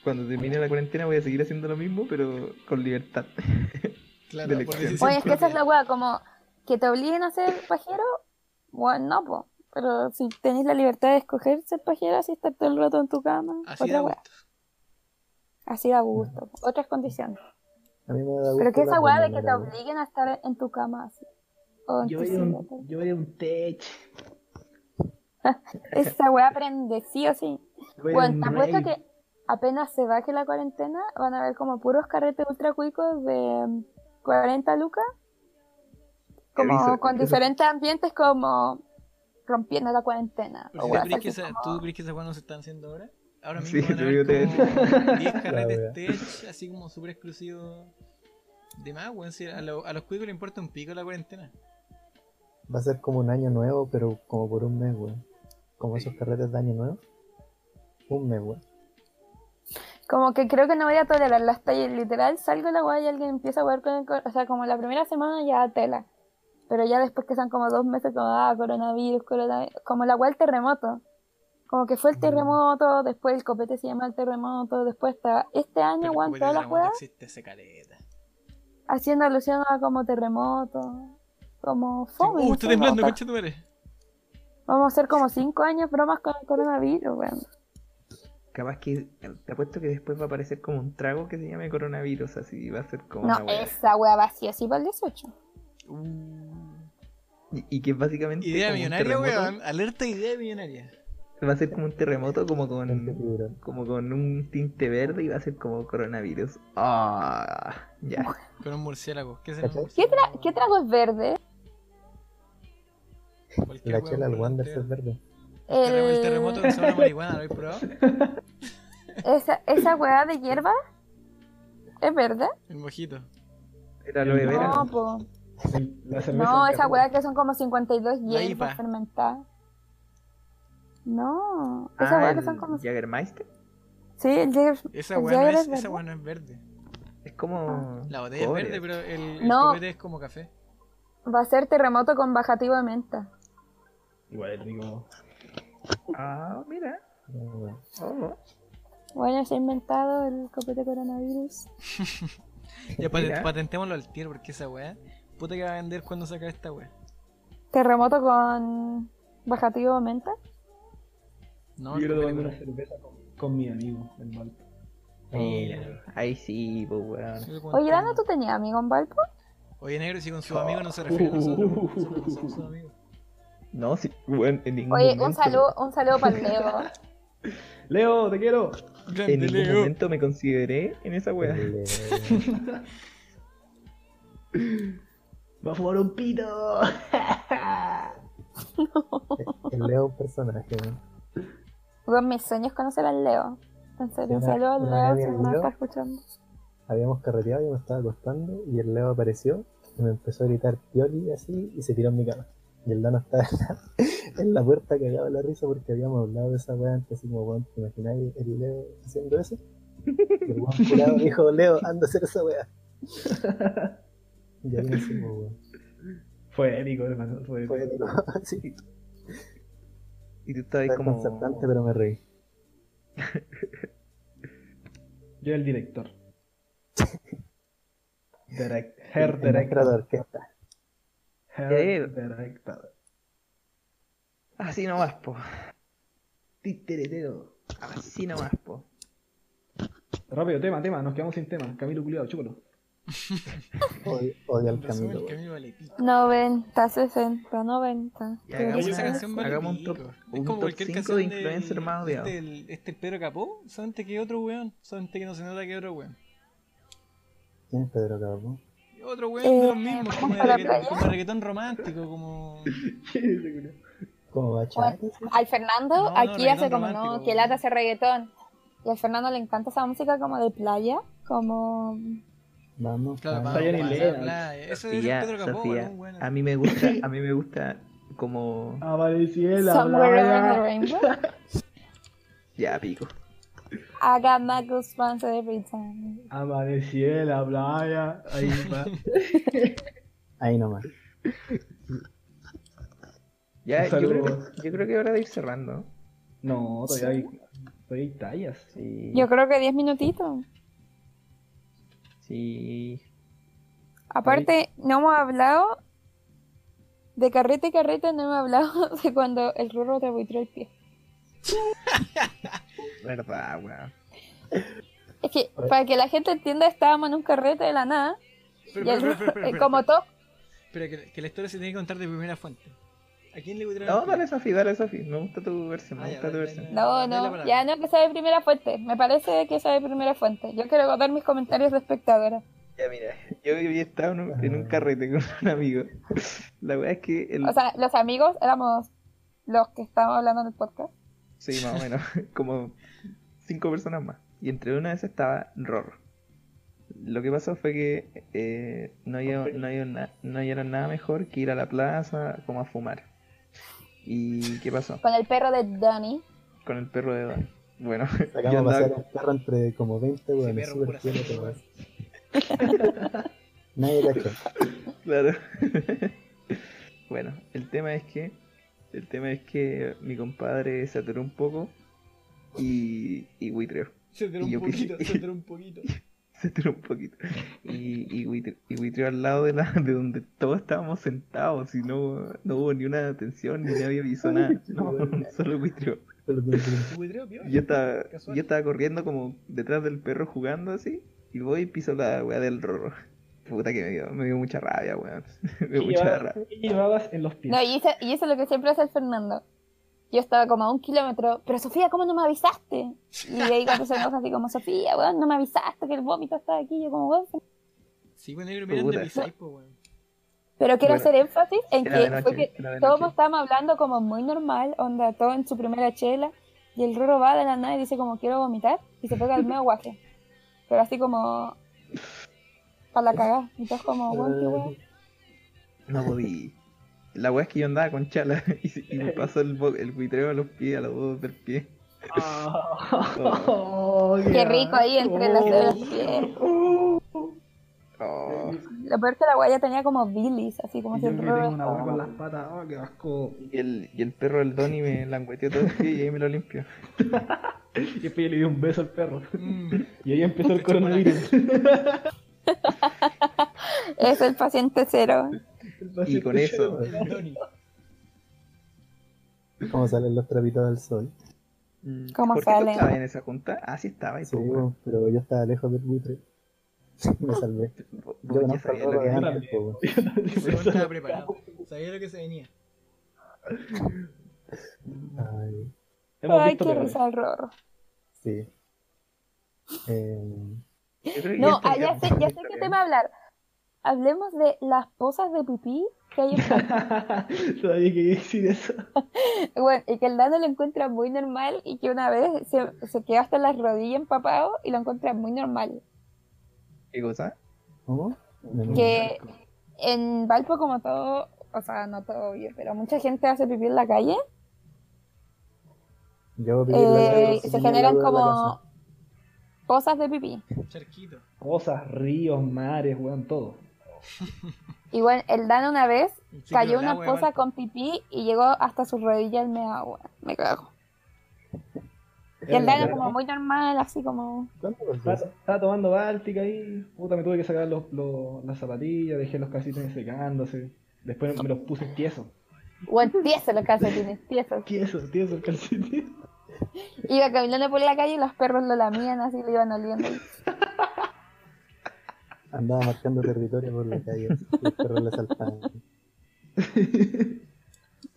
Speaker 5: cuando termine la cuarentena voy a seguir haciendo lo mismo, pero con libertad.
Speaker 3: Claro,
Speaker 5: De
Speaker 3: por
Speaker 5: elección.
Speaker 3: decisión
Speaker 4: Oye, es que esa es la
Speaker 3: propia.
Speaker 4: weá, como que te obliguen a ser pajero, bueno, no, po. Pero si tenéis la libertad de escoger ser pajero, así estar todo el rato en tu cama,
Speaker 3: Así
Speaker 4: otra
Speaker 3: da
Speaker 4: weá.
Speaker 3: gusto.
Speaker 4: Así da gusto, po. otras condiciones.
Speaker 2: A mí me da gusto.
Speaker 4: Pero que
Speaker 2: la
Speaker 4: esa weá de que te
Speaker 2: remolera, weón.
Speaker 4: obliguen a estar en tu cama así. Oh, O en
Speaker 1: Yo
Speaker 4: tu
Speaker 1: era
Speaker 4: silla,
Speaker 1: un, yo era un tech.
Speaker 4: Esa weá aprende sí o sí.
Speaker 1: Yo era
Speaker 4: Bueno,
Speaker 1: un
Speaker 4: te apuesto
Speaker 1: rave.
Speaker 4: que apenas se baje la cuarentena, van a ver como puros carretes ultra cuicos de mm, 40 lucas. Como
Speaker 5: Aviso,
Speaker 4: con
Speaker 5: eso-
Speaker 4: diferentes ambientes, como rompiendo la cuarentena.
Speaker 3: Pero
Speaker 4: o
Speaker 3: si tú
Speaker 4: weas
Speaker 3: crees
Speaker 4: así
Speaker 3: que esa-
Speaker 4: como-
Speaker 3: ¿Tú crees que esas weas no se están haciendo ahora? Ahora
Speaker 5: Sí,
Speaker 3: mismo van a
Speaker 5: te
Speaker 3: haber
Speaker 5: digo, te-
Speaker 3: como 10
Speaker 2: wea.
Speaker 3: carretes tech, así como súper exclusivos. De más, weón, si a, lo- a los cuicos les importa un pico la cuarentena.
Speaker 2: Va a ser como un año nuevo, pero como por un mes, weón. como esos carretes de año nuevo. Un mes, weón.
Speaker 4: Como que creo que no voy a tolerar las tallas. Literal, salgo de la guay y alguien empieza a jugar con el cor- O sea, como la primera semana ya tela. Pero ya después que son como dos meses, como, ah, coronavirus, coronavirus. Como la guay el terremoto. Como que
Speaker 3: Mm.
Speaker 4: fue el terremoto, después el copete se llama el terremoto, después está este año,
Speaker 3: Pero
Speaker 4: aguantó
Speaker 3: copete de
Speaker 4: todas
Speaker 3: la
Speaker 4: las
Speaker 3: guata
Speaker 4: weas,
Speaker 3: existe ese caleta.
Speaker 4: haciendo alusión a como terremoto, como fome.
Speaker 3: Uh, estoy
Speaker 4: fome,
Speaker 3: temblando,
Speaker 4: o sea,
Speaker 3: concha tu madre.
Speaker 4: Vamos a hacer como cinco años bromas con el coronavirus, weón.
Speaker 5: Capaz que te apuesto que después va a aparecer como un trago que se llame coronavirus, así va a ser como
Speaker 4: No,
Speaker 5: una weá.
Speaker 4: esa wea vacía, sí, para el 18.
Speaker 3: Uh,
Speaker 5: Y, y que es básicamente
Speaker 3: idea
Speaker 5: como un
Speaker 3: millonaria,
Speaker 5: terremoto.
Speaker 3: weón. Alerta idea millonaria.
Speaker 5: va a ser como un terremoto como
Speaker 1: Mm.
Speaker 2: Este
Speaker 5: con
Speaker 2: tiburón.
Speaker 5: como con un tinte verde y va a ser como coronavirus. Ah, ya.
Speaker 3: Con un murciélago. ¿Qué será? un
Speaker 2: ¿Cachai?
Speaker 4: ¿Qué
Speaker 3: murciélago?
Speaker 4: ¿Qué trago es verde?
Speaker 3: Cualquier
Speaker 2: La
Speaker 3: weón
Speaker 2: chela al Wander
Speaker 3: volante.
Speaker 2: es verde.
Speaker 3: Terremo- El
Speaker 4: El-
Speaker 3: terremoto que se llama marihuana, ¿lo habéis probado?
Speaker 4: Esa, esa weá de hierba es verde.
Speaker 3: El mojito.
Speaker 5: Era lo de
Speaker 1: No,
Speaker 5: verano.
Speaker 4: No, po.
Speaker 1: La cerveza
Speaker 4: no
Speaker 1: en
Speaker 4: esa
Speaker 1: Capua.
Speaker 4: weá que son como 52
Speaker 3: La
Speaker 4: hierbas
Speaker 3: IPA.
Speaker 4: fermentadas. No, esa
Speaker 5: Ah,
Speaker 4: weá
Speaker 5: el
Speaker 4: que son como.
Speaker 5: Jägermeister.
Speaker 4: Sí, el Jäger-
Speaker 3: Esa
Speaker 4: ¿El
Speaker 3: weá no
Speaker 4: Jäger
Speaker 3: es,
Speaker 4: es
Speaker 3: esa
Speaker 4: verde?
Speaker 3: weá no es verde.
Speaker 5: Es
Speaker 4: Ah.
Speaker 5: como
Speaker 3: La botella
Speaker 5: cobre.
Speaker 3: es verde, pero el, el
Speaker 4: No.
Speaker 3: copete es como café.
Speaker 4: va a ser terremoto con bajativo de menta.
Speaker 1: Igual, digo.
Speaker 5: Ah, mira.
Speaker 2: Mm,
Speaker 5: Oh.
Speaker 4: Bueno, se ha inventado el copete coronavirus.
Speaker 3: Ya paten-
Speaker 5: Mira.
Speaker 3: patentémoslo al tiro porque esa weá. Puta que va a vender cuando saca esta weá.
Speaker 4: Terremoto con bajativo de menta.
Speaker 3: No,
Speaker 1: yo
Speaker 3: el
Speaker 1: lo
Speaker 3: copete
Speaker 1: tomando una
Speaker 3: con-
Speaker 1: cerveza con, con mi amigo, el mal.
Speaker 5: Mira. Ahí sí, pues weón.
Speaker 3: Yo lo
Speaker 4: Oye,
Speaker 3: conté,
Speaker 4: Dana,
Speaker 3: ¿no?
Speaker 4: ¿tú tenías amigo en Valpo?
Speaker 3: Oye, negro, si con sus amigos no se refiere a nosotros. Nosotros no somos sus amigos.
Speaker 5: No, sí, weón, en ningún
Speaker 4: Oye,
Speaker 5: momento.
Speaker 4: un saludo, un saludo para el Leo.
Speaker 1: Leo, te quiero.
Speaker 5: En
Speaker 3: Grande
Speaker 5: ningún
Speaker 3: Leo.
Speaker 5: momento me consideré en esa weá.
Speaker 2: el, eh,
Speaker 1: Va a fumar un pito.
Speaker 2: el Leo es un personaje, ¿no?
Speaker 4: Weón, mis sueños conocer al Leo. En serio, un
Speaker 2: Mira,
Speaker 4: saludo al
Speaker 2: una
Speaker 4: Leo
Speaker 2: vez
Speaker 4: si
Speaker 2: vi al
Speaker 4: no
Speaker 2: Leo.
Speaker 4: está escuchando.
Speaker 2: Habíamos carreteado, yo me estaba acostando y el Leo apareció y me empezó a gritar Pioli así y se tiró en mi cama. Y el Dano estaba en la, en la puerta cagado de la risa porque habíamos hablado de esa weá antes, así como, weón, ¿te imagináis el Leo haciendo eso? Y el weón curado dijo, Leo, anda a hacer esa weá. Y ahí nos hicimos, weón.
Speaker 1: Fue épico, hermano. Fue épico.
Speaker 2: Fue tipo, sí,
Speaker 5: Y tú estabas
Speaker 2: fue
Speaker 5: como.
Speaker 2: concertante, pero me reí.
Speaker 1: Yo era el director. Direct, her
Speaker 2: director de
Speaker 1: director.
Speaker 2: orquesta.
Speaker 1: Her director.
Speaker 5: Así nomás, po. Titeretero. Así nomás, po.
Speaker 1: Rápido, tema, tema. Nos quedamos sin tema. Camilo culiado, chúpalo.
Speaker 2: Odio, odio al
Speaker 3: En resumen, el
Speaker 2: camino, weón.
Speaker 3: camino vale pico.
Speaker 4: 90, 60, 90.
Speaker 5: Y hagamos
Speaker 1: Oye,
Speaker 3: Esa
Speaker 1: una-
Speaker 3: canción vale
Speaker 5: hagamos un
Speaker 3: pico.
Speaker 5: top-
Speaker 3: Es
Speaker 5: un
Speaker 3: como
Speaker 5: top
Speaker 3: cualquier
Speaker 5: cinco
Speaker 3: canción
Speaker 5: de influencer más odiado.
Speaker 3: Este, el, este el Pedro Capó, solamente que otro weón. Solamente que no se nota que otro weón.
Speaker 2: ¿Quién es Pedro Cabo?
Speaker 3: Otro
Speaker 4: Eh,
Speaker 3: weón de los mismos, como, de
Speaker 4: para la
Speaker 3: regga-
Speaker 4: playa.
Speaker 3: como de reggaetón romántico, como.
Speaker 2: ¿Cómo va, chaval?
Speaker 4: Al Fernando,
Speaker 3: No, no,
Speaker 4: aquí hace
Speaker 3: reggaetón
Speaker 4: como no,
Speaker 3: romántico.
Speaker 4: que lata hace reggaetón. Y al Fernando le encanta esa música como de playa, como.
Speaker 2: Vamos.
Speaker 3: Claro,
Speaker 2: vamos.
Speaker 1: Está bien
Speaker 3: vamos,
Speaker 1: hilera.
Speaker 3: bla, Eso es
Speaker 5: Sofía,
Speaker 3: Pedro Capó,
Speaker 5: Sofía,
Speaker 3: weón, weón.
Speaker 5: a mí me gusta, a mí me gusta como
Speaker 1: Apareció la
Speaker 4: Somewhere over the
Speaker 1: playa.
Speaker 4: rainbow.
Speaker 5: ya pico.
Speaker 4: I got my goosebumps every time.
Speaker 1: Amaneció la playa. Ahí va.
Speaker 2: Ahí nomás.
Speaker 5: Ya,
Speaker 1: Un
Speaker 5: yo creo,
Speaker 1: saludo.
Speaker 5: que- yo creo que es hora de ir cerrando.
Speaker 1: No, todavía hay, todavía hay tallas.
Speaker 5: Sí.
Speaker 4: Yo creo que 10 minutitos.
Speaker 5: Sí.
Speaker 4: Aparte, no hemos hablado. De carrete y carrete no hemos hablado de cuando el rurro te buitró el pie.
Speaker 5: Verdad, weón.
Speaker 4: Es que, para que la gente entienda, estábamos en un carrete de la nada.
Speaker 3: Pero,
Speaker 4: y el
Speaker 3: pero,
Speaker 4: rurro,
Speaker 3: pero, pero,
Speaker 4: eh,
Speaker 3: pero,
Speaker 4: como todo,
Speaker 3: Pero que, que la historia se tiene que contar de primera fuente. ¿A quién le gustaría?
Speaker 5: No, dale Sofi, dale Sofi. Me gusta tu versión,
Speaker 3: Ah,
Speaker 5: me
Speaker 3: ya,
Speaker 5: gusta tu
Speaker 3: dale,
Speaker 5: versión.
Speaker 3: dale.
Speaker 4: No,
Speaker 3: Dale la
Speaker 4: no,
Speaker 3: palabra.
Speaker 4: ya no que sea de primera fuente. Me parece que sea de primera fuente. Yo quiero contar mis comentarios de espectadora.
Speaker 5: Ya mira, yo había estado en un, en un carrete con un amigo. La verdad es que el,
Speaker 4: O sea, los amigos éramos los que estábamos hablando en el podcast.
Speaker 5: sí, más o menos, como cinco personas más. Y entre una de esas estaba Ror. Lo que pasó fue que eh, no, hallaron, no, hallaron na- no hallaron nada mejor que ir a la plaza como a fumar. ¿Y qué pasó?
Speaker 4: Con el perro de Donnie.
Speaker 5: Con el perro de Donnie. Bueno, yo
Speaker 2: Sacamos a
Speaker 5: andaba
Speaker 2: pasear un perro entre como 20 hueones,
Speaker 3: perro
Speaker 2: súper
Speaker 3: pura
Speaker 2: tierno,
Speaker 3: sangre.
Speaker 2: weón. Nadie cachó.
Speaker 5: Claro. bueno, el tema es que. El tema es que mi compadre se atoró un poco y. y buitreó.
Speaker 3: Se tiró
Speaker 5: Y yo
Speaker 3: un
Speaker 5: quise-
Speaker 3: poquito, se tiró un poquito.
Speaker 5: Se atoró un poquito. Y, y, buitre- y buitreó al lado de la, de donde todos estábamos sentados y no, no hubo ni una atención ni nadie avisó nada. No, solo buitreó.
Speaker 2: Perdón, perdón.
Speaker 3: Se buitreó, piola.
Speaker 5: Yo estaba,
Speaker 3: Casual.
Speaker 5: yo estaba corriendo como detrás del perro jugando así y voy y piso la weá del rorro. Puta que me dio, me dio mucha rabia, weón. Me
Speaker 1: ¿Qué
Speaker 5: dio mucha
Speaker 1: llevabas,
Speaker 5: rabia.
Speaker 1: qué llevabas en los pies?
Speaker 4: No, y eso, y eso es lo que siempre hace el Fernando. Yo estaba como a un kilómetro, pero Sofía, ¿cómo no me avisaste? Y de ahí cuando se enoja así como, Sofía, weón, no me avisaste que el vómito estaba aquí. Yo como, weón,
Speaker 3: Sí, bueno, negro, miren de
Speaker 5: Puta.
Speaker 3: pisáis, po, weón.
Speaker 4: Pero
Speaker 5: Bueno.
Speaker 4: quiero hacer énfasis en
Speaker 5: Era de
Speaker 4: que fue
Speaker 5: noche,
Speaker 4: que
Speaker 5: era de
Speaker 4: todos
Speaker 5: noche.
Speaker 4: estábamos hablando como muy normal, onda, todo en su primera chela, y el Roro va de la nada y dice como quiero vomitar, y se pega el medio guaje. Pero así como... Para la cagada. Y todos como, weón, qué weón.
Speaker 2: Eh,
Speaker 5: No podí. La weá es que yo andaba con chala y, se- y me pasó el, bo- el buitreo a los pies, a los dos del pie.
Speaker 1: Oh,
Speaker 4: Qué rico ahí entre las dedos.
Speaker 5: Oh,
Speaker 4: Lo peor que la guaya tenía como bilis, así como
Speaker 1: Y
Speaker 4: si
Speaker 1: yo
Speaker 4: el
Speaker 1: que tengo
Speaker 4: Roro...
Speaker 1: una hueá con las patas. Oh, qué asco.
Speaker 5: Y, el, y el perro del Donny me langueteó todo el pie y ahí me lo limpió.
Speaker 1: Y después yo le di un beso al perro.
Speaker 3: Mm,
Speaker 1: Y ahí empezó el coronavirus.
Speaker 4: Es el paciente cero.
Speaker 5: Y con eso,
Speaker 3: Donnie.
Speaker 2: ¿Cómo salen los trapitos del sol?
Speaker 5: mm,
Speaker 4: ¿Cómo
Speaker 5: ¿por qué tú
Speaker 4: sale?
Speaker 5: estabas en esa junta? Ah, sí estaba. ahí,
Speaker 2: Sí,
Speaker 5: pues, weón.
Speaker 2: weón, pero yo estaba lejos del buitre. Me salvé.
Speaker 5: Vos- vos
Speaker 2: Yo
Speaker 5: ya
Speaker 2: conozco al
Speaker 5: sabías lo
Speaker 2: rorro
Speaker 5: que
Speaker 2: de
Speaker 5: era.
Speaker 2: antes, po, weón.
Speaker 3: Ese weón estaba preparado. Sabía lo que se venía.
Speaker 2: Ay.
Speaker 1: Hemos
Speaker 4: Ay,
Speaker 1: visto
Speaker 4: qué
Speaker 1: peores.
Speaker 4: risa el Roro.
Speaker 2: Sí. Eh,
Speaker 5: Yo creo que
Speaker 4: No,
Speaker 5: esto
Speaker 4: ah,
Speaker 5: ya-
Speaker 4: ya sé, ya sé qué tema hablar. Hablemos de las pozas de pipí que hay en
Speaker 1: Sabía que iba a decir eso.
Speaker 4: Bueno, y que el Dano lo encuentra muy normal y que una vez se, se quedó hasta las rodillas empapado y lo encuentra muy normal.
Speaker 5: ¿Qué cosa?
Speaker 2: ¿Cómo? No,
Speaker 4: Que en Valpo como todo, o sea, no todo obvio, pero mucha gente hace pipí en la calle,
Speaker 2: yo voy a pedirle a la
Speaker 4: eh,
Speaker 2: Dulce
Speaker 4: se
Speaker 2: que me
Speaker 4: generan
Speaker 2: ayude a la
Speaker 4: como
Speaker 2: casa.
Speaker 4: pozas de pipí.
Speaker 3: Charquito.
Speaker 1: Cosas, ríos, mares, weón, todo.
Speaker 4: Y bueno, el Dano una vez
Speaker 3: Un ciclo
Speaker 4: cayó
Speaker 3: del
Speaker 4: una
Speaker 3: agua,
Speaker 4: poza
Speaker 3: igual.
Speaker 4: con pipí y llegó hasta sus rodillas el mea agua. Me cago. Y el Dano como muy normal, así como...
Speaker 2: ¿Cuánto
Speaker 1: Estaba,
Speaker 2: costó?
Speaker 1: estaba tomando Báltica ahí. Puta, me tuve que sacar los, los- las zapatillas, dejé los calcetines secándose. Después me los puse tiesos.
Speaker 4: Bueno, tiesos los calcetines, tiesos.
Speaker 1: Tiesos, tiesos el calcetín.
Speaker 4: Iba caminando por la calle y los perros lo lamían así, le iban oliendo.
Speaker 2: Andaba marcando territorio por la calle. Los perros le saltaban.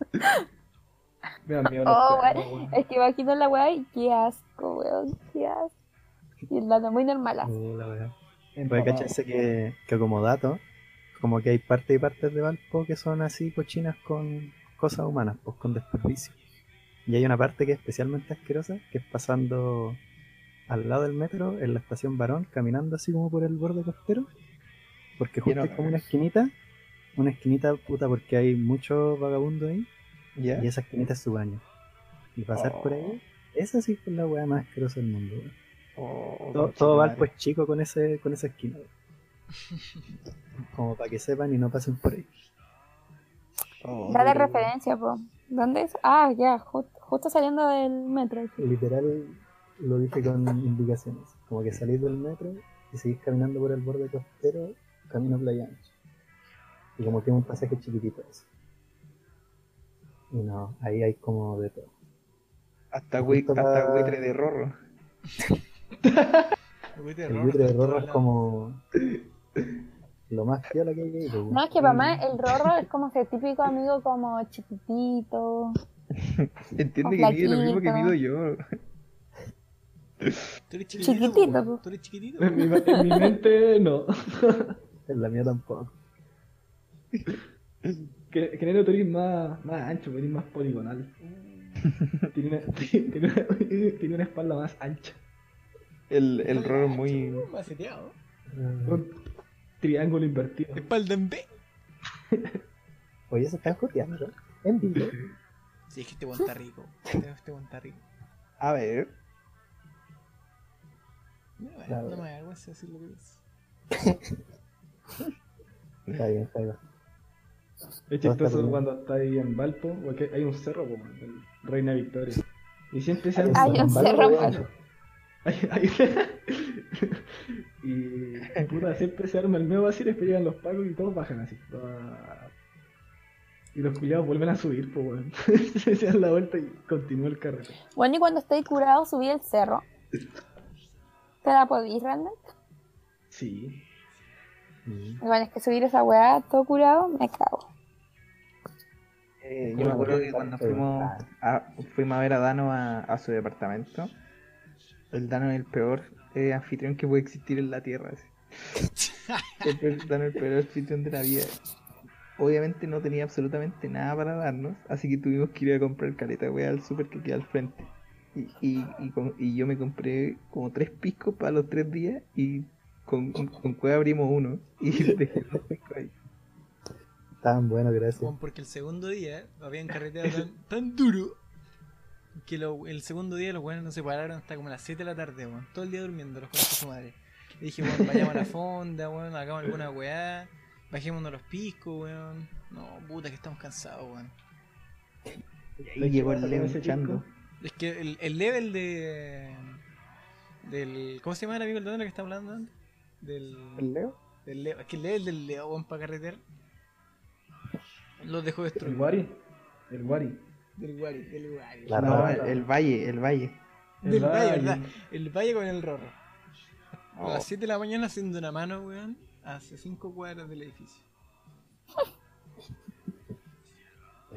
Speaker 1: Me dan miedo los
Speaker 4: Oh,
Speaker 1: perros,
Speaker 4: weón.
Speaker 1: weón.
Speaker 4: Es que imagino la weá y qué asco, weón, qué asco. Y el dano muy normal.
Speaker 5: Ah,
Speaker 4: así.
Speaker 2: Sí, la verdad. Puede
Speaker 1: Empapado.
Speaker 2: cacharse que, que como dato, como que hay partes y partes de Valpo que son así cochinas con cosas humanas, pues con desperdicio. Y hay una parte que es especialmente asquerosa, que es pasando al lado del metro, en la estación Barón, caminando así como por el borde costero, porque justo
Speaker 5: Lleno
Speaker 2: es
Speaker 5: de
Speaker 2: como una esquinita, una esquinita puta porque hay muchos vagabundos ahí,
Speaker 5: ¿Ya?
Speaker 2: y esa esquinita es su baño. Y pasar por ahí, esa sí que es la weá más asquerosa del mundo. weón.
Speaker 5: Oh,
Speaker 2: Todo,
Speaker 5: conchetumare.
Speaker 2: todo pues. Valpo es chico con ese con esa esquina. Como para que sepan y no pasen por ahí.
Speaker 5: Oh,
Speaker 4: Dale referencia, po. ¿Dónde es? Ah, ya, ju- justo saliendo del metro.
Speaker 2: Literal lo dije con indicaciones. Como que salís del metro y seguís caminando por el borde costero, camino a playa ancha. Y como que es un pasaje chiquitito eso. Y no, ahí hay como de todo.
Speaker 5: Hasta, hui-
Speaker 2: Justo
Speaker 5: hasta
Speaker 2: pa-
Speaker 5: buitre de rorro.
Speaker 3: El buitre de
Speaker 2: El
Speaker 3: Rorro
Speaker 2: buitre de
Speaker 3: está en
Speaker 2: Rorro es
Speaker 3: todos
Speaker 2: como lo más piola que hay ahí. pues,
Speaker 4: No, es que para más eh. el Rorro es como ese típico amigo como chiquitito.
Speaker 5: Entiende
Speaker 4: Oh,
Speaker 5: que mide lo mismo que
Speaker 4: flaquito.
Speaker 5: mido yo.
Speaker 3: lados. Tú eres chiquitito.
Speaker 4: Chiquitito,
Speaker 3: weón.
Speaker 4: po.
Speaker 3: Tú eres chiquitito.
Speaker 1: En mi, en mi mente, no.
Speaker 2: En la mía tampoco.
Speaker 1: Que, que Nero, tú eres más, más ancho, tú eres más poligonal. Tiene una, tiene, una, tiene una espalda más ancha.
Speaker 5: El, el rorro es muy.
Speaker 3: Uh, Maceteado.
Speaker 1: Un triángulo invertido.
Speaker 3: Espalda en B.
Speaker 2: Oye, se están joteando. En vivo.
Speaker 3: Sí, es que este weón está rico. Este, este weón está rico.
Speaker 5: A ver.
Speaker 3: No, me-
Speaker 2: Claro.
Speaker 3: no me da vergüenza decir lo que pienso.
Speaker 2: Está bien, está
Speaker 1: Es
Speaker 2: bien. No, Ah, está
Speaker 1: chistoso
Speaker 2: bien.
Speaker 1: cuando está ahí en Valpo, porque hay un cerro, como el Reina Victoria. Y siempre se
Speaker 4: Hay un
Speaker 2: Vale,
Speaker 4: cerro,
Speaker 2: weón.
Speaker 4: vale.
Speaker 1: Ahí- ahí- y puta, siempre se arma el nuevo así, después llegan los pagos y todos bajan así. Ah. Y los culiados vuelven a subir, pues weón. se dan la vuelta y continúa el carrete.
Speaker 4: Bueno, y cuando estáis curado, subí el cerro. ¿Te la podís, realmente?
Speaker 1: Sí.
Speaker 2: Mm.
Speaker 4: Igual es que subir esa weá todo curado, me cago.
Speaker 5: Eh, yo
Speaker 2: Bueno,
Speaker 5: me acuerdo que
Speaker 2: bastante
Speaker 5: cuando fuimos a, fuimos a ver a Dano a, a su departamento, el Dano es el peor eh, anfitrión que puede existir en la Tierra. así. El peor- Dano es el peor anfitrión de la vida. Obviamente no tenía absolutamente nada para darnos, así que tuvimos que ir a comprar caleta, wea, al super que queda al frente. Y, y, y, con- y yo me compré como tres piscos para los tres días y con, con, con cueva abrimos uno y dejé los piscos ahí.
Speaker 2: Tan bueno, gracias.
Speaker 3: Weón, porque el segundo día habían carreteado tan, tan duro que lo- el segundo día los weones nos separaron hasta como las 7 de la tarde, weón. Todo el día durmiendo, los conozco su madre. Le dije, weón, vayamos a la fonda, weón, hagamos alguna weá, bajémonos los piscos, weón. No, puta, que estamos cansados, weón.
Speaker 5: Y ahí llegó el León echando.
Speaker 3: Es que el, el level de. del. ¿Cómo se llama el amigo del Dono que está hablando antes? Del.
Speaker 5: ¿El Leo?
Speaker 3: del Leo. Es que el level del Leo, weón, para carretear. Los dejó
Speaker 1: El
Speaker 3: destruidos.
Speaker 1: Wari. El Wari.
Speaker 3: Del Wari, del Wari.
Speaker 2: La
Speaker 5: No, el,
Speaker 2: rata.
Speaker 5: el Valle, el Valle.
Speaker 1: El
Speaker 3: Del Valle,
Speaker 1: Wari.
Speaker 3: ¿verdad? El valle con el rorro. A
Speaker 5: Oh.
Speaker 3: las 7 de la mañana haciendo una mano, weón, hacia 5 cuadras del edificio.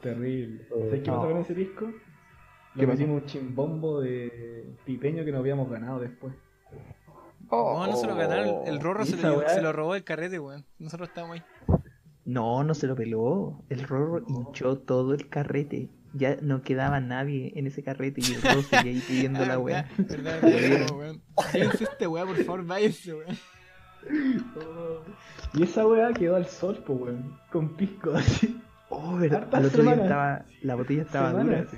Speaker 1: Terrible. ¿Sabes qué
Speaker 5: No.
Speaker 1: pasó con ese disco?
Speaker 5: ¿Qué
Speaker 1: Le
Speaker 5: pasó?
Speaker 1: metimos un chimbombo de pipeño que no habíamos ganado después.
Speaker 4: Oh.
Speaker 3: no, no se lo ganaron. El rorro se
Speaker 1: Esa
Speaker 3: lo, llevó-
Speaker 1: weá-
Speaker 3: se lo robó el carrete, weón. Nosotros estábamos ahí.
Speaker 5: No, no se lo peló. El Rorro hinchó todo el carrete. Ya no quedaba nadie en ese carrete y el Rorro seguía ahí pidiendo la weá.
Speaker 3: Ah, Verdad, verdad, weón. Llévense este weá, por favor, váyanse, weón.
Speaker 1: Y esa weá quedó al sol, pues weón. Con pisco así.
Speaker 5: Oh, verdad.
Speaker 1: Hartas
Speaker 5: Al otro día
Speaker 1: semanas.
Speaker 5: estaba. La botella estaba
Speaker 1: Semana,
Speaker 5: dura.
Speaker 1: así.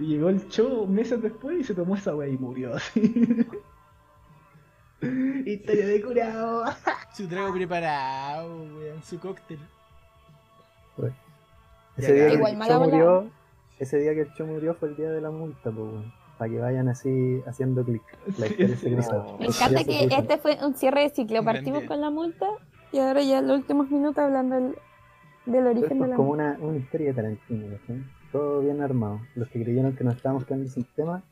Speaker 1: Y llegó el show meses después y se tomó esa weá y murió así. Historia de curado.
Speaker 3: Su trago preparado, weón. Su cóctel.
Speaker 2: Ese día que
Speaker 4: Igual
Speaker 2: el
Speaker 4: mala
Speaker 2: Cho
Speaker 4: bola.
Speaker 2: murió, ese día que el Cho murió fue el día de la multa, pues, weón. Para que vayan así haciendo clic. La historia se cruza.
Speaker 4: Me encanta
Speaker 2: Ya se
Speaker 4: que
Speaker 2: puso.
Speaker 4: este fue un cierre de ciclo.
Speaker 3: Un gran
Speaker 4: Partimos
Speaker 3: día.
Speaker 4: con la multa y ahora ya los últimos minutos hablando del, del
Speaker 2: Esto
Speaker 4: origen de
Speaker 2: es
Speaker 4: la
Speaker 2: como
Speaker 4: multa.
Speaker 2: una, una historia de Tarantino, ¿sí? Todo bien armado. Los que creyeron que nos estábamos quedando sin tema,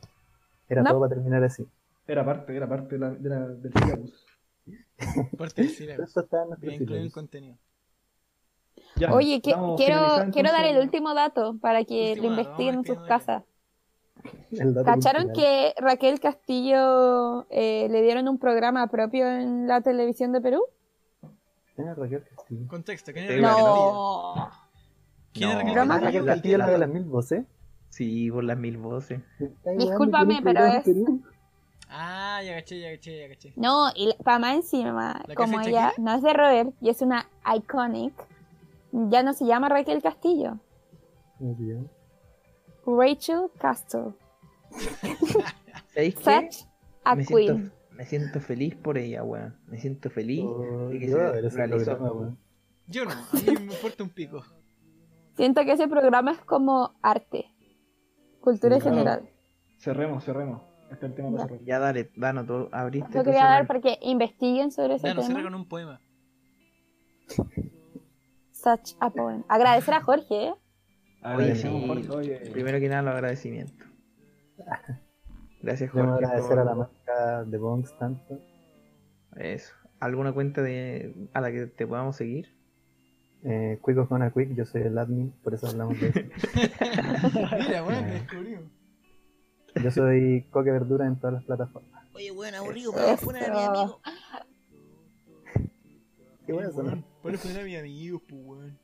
Speaker 2: era
Speaker 4: No.
Speaker 2: todo para terminar así.
Speaker 1: Era parte, era parte de la, de la- del syllabus.
Speaker 3: Parte del sílabo.
Speaker 2: Eso estaba en nuestro
Speaker 3: Voy a incluir el
Speaker 2: silencio.
Speaker 3: contenido.
Speaker 1: Ya,
Speaker 4: Oye, que-
Speaker 1: vamos
Speaker 4: quiero,
Speaker 1: finalizando,
Speaker 4: quiero dar el
Speaker 1: entonces.
Speaker 4: último dato para que
Speaker 3: Último
Speaker 4: lo
Speaker 3: dato,
Speaker 4: investiguen en
Speaker 3: vamos
Speaker 4: sus
Speaker 3: investigando
Speaker 4: casas.
Speaker 2: El dato
Speaker 4: ¿Cacharon
Speaker 2: cultural.
Speaker 4: que Raquel Castillo eh, le dieron un programa propio en la televisión de Perú?
Speaker 2: ¿Quién es Raquel Castillo?
Speaker 3: Contexto, ¿quién
Speaker 5: Sí,
Speaker 3: era
Speaker 5: bueno,
Speaker 3: Castillo?
Speaker 4: No.
Speaker 3: ¿Quién era
Speaker 5: No.
Speaker 3: Raquel
Speaker 4: Broma,
Speaker 3: Castillo?
Speaker 2: Raquel Castillo es la de las mil voces.
Speaker 5: Sí, por las mil voces.
Speaker 4: Discúlpame, pero es-
Speaker 3: Ah, ya caché, ya caché, ya caché.
Speaker 4: No, y para más encima,
Speaker 3: ¿La que
Speaker 4: como
Speaker 3: hace
Speaker 4: ella
Speaker 3: Shakira?
Speaker 4: no es de Robert y es una iconic, ya no se llama Raquel Castillo, Rachel Castro.
Speaker 5: ¿Sabéis qué?
Speaker 4: Such a
Speaker 5: Me
Speaker 4: queen.
Speaker 5: siento, me siento feliz por ella, weón. Me siento feliz de que
Speaker 2: Yo a ver
Speaker 5: se
Speaker 2: ese
Speaker 5: realizó.
Speaker 2: programa, weón.
Speaker 3: Yo no, a mí me importa un pico.
Speaker 4: Siento que ese programa es como arte, cultura en
Speaker 1: Claro.
Speaker 4: general.
Speaker 1: Cerremos, cerremos. Este es el tema para cerrar.
Speaker 5: Ya dale, Dano, tú abriste.
Speaker 4: Lo
Speaker 5: tu
Speaker 4: quería
Speaker 5: celular.
Speaker 4: dar porque investiguen sobre ese
Speaker 3: Ya no cierra
Speaker 4: tema.
Speaker 3: con un poema.
Speaker 4: Such a poem. Agradecer a Jorge, ¿eh?
Speaker 5: Oye,
Speaker 1: Agradecemos,
Speaker 5: sí.
Speaker 1: Jorge, oye.
Speaker 5: Primero que nada, los agradecimientos. Gracias, Jorge.
Speaker 2: Debemos agradecer
Speaker 5: por-
Speaker 2: a la marca de Bongs tanto.
Speaker 5: Eso. ¿Alguna cuenta de a la que te podamos seguir?
Speaker 2: Eh, Quick of Gonna Quick, yo soy el admin, por eso hablamos de eso.
Speaker 3: Mira, weón, me descubrió.
Speaker 2: Yo soy Coque Verdura en todas las plataformas.
Speaker 3: Oye, weón, aburrido,
Speaker 4: pero fuera de mi amigo.
Speaker 2: Qué bueno eso, ¿no?
Speaker 3: Para poner a mis amigos, pues, weón.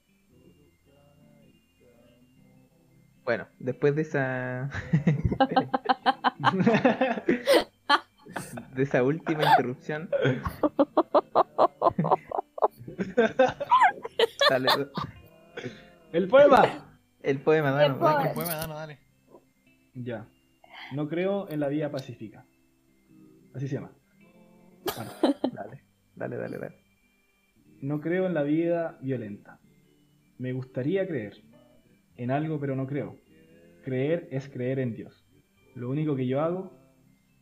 Speaker 5: Bueno, después de esa. de esa última interrupción. Dale,
Speaker 1: El poema.
Speaker 5: El poema, Dano.
Speaker 4: El poema.
Speaker 5: bueno,
Speaker 3: El poema, Dano, dale.
Speaker 1: Ya. No creo en la vía pacífica. Así se llama. Bueno.
Speaker 5: Dale, dale, dale, dale.
Speaker 1: No creo en la vida violenta. Me gustaría creer en algo, pero no creo. Creer es creer en Dios. Lo único que yo hago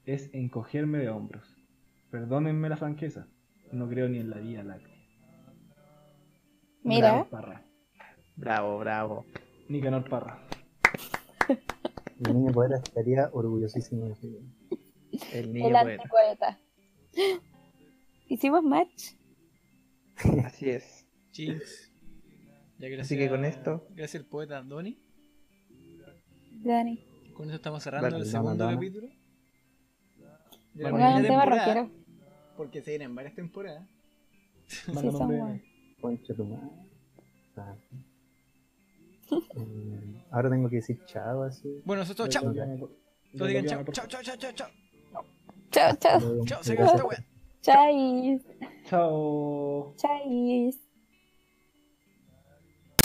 Speaker 1: es encogerme de hombros. Perdónenme la franqueza. No creo ni en la vía láctea.
Speaker 4: Mira.
Speaker 1: Nicanor Parra.
Speaker 5: Bravo, bravo.
Speaker 1: Nicanor Parra.
Speaker 2: El niño poeta estaría orgullosísimo de ti.
Speaker 5: El niño
Speaker 4: El
Speaker 5: bueno.
Speaker 4: antipoeta. Hicimos match.
Speaker 5: Así es.
Speaker 3: Jinx. Ya gracias,
Speaker 5: Así que con esto-
Speaker 3: Gracias al poeta Doni.
Speaker 4: Dani.
Speaker 3: Con eso estamos cerrando
Speaker 5: Dale,
Speaker 3: el
Speaker 2: Dano,
Speaker 3: segundo
Speaker 2: Dano.
Speaker 3: capítulo. De
Speaker 1: Bueno,
Speaker 3: la
Speaker 4: Bueno,
Speaker 3: primera
Speaker 4: un tema
Speaker 3: temporada,
Speaker 4: rockero.
Speaker 3: Porque se vienen varias temporadas.
Speaker 1: Mándame un
Speaker 4: son
Speaker 1: DM.
Speaker 4: buenos.
Speaker 2: Concha tu madre. Ah. Mm, Ahora tengo que decir chao así.
Speaker 3: Bueno, eso es todo. Chao.
Speaker 1: Devolvíame, por-
Speaker 3: Todos digan chao.
Speaker 1: devolvíame, por
Speaker 3: Chao,
Speaker 1: favor.
Speaker 3: chao, chao, chao, chao.
Speaker 4: Chao, chao.
Speaker 2: Luego-
Speaker 3: Chao, se acabó esta wea.
Speaker 4: Chais.
Speaker 1: Chao.
Speaker 4: Chais.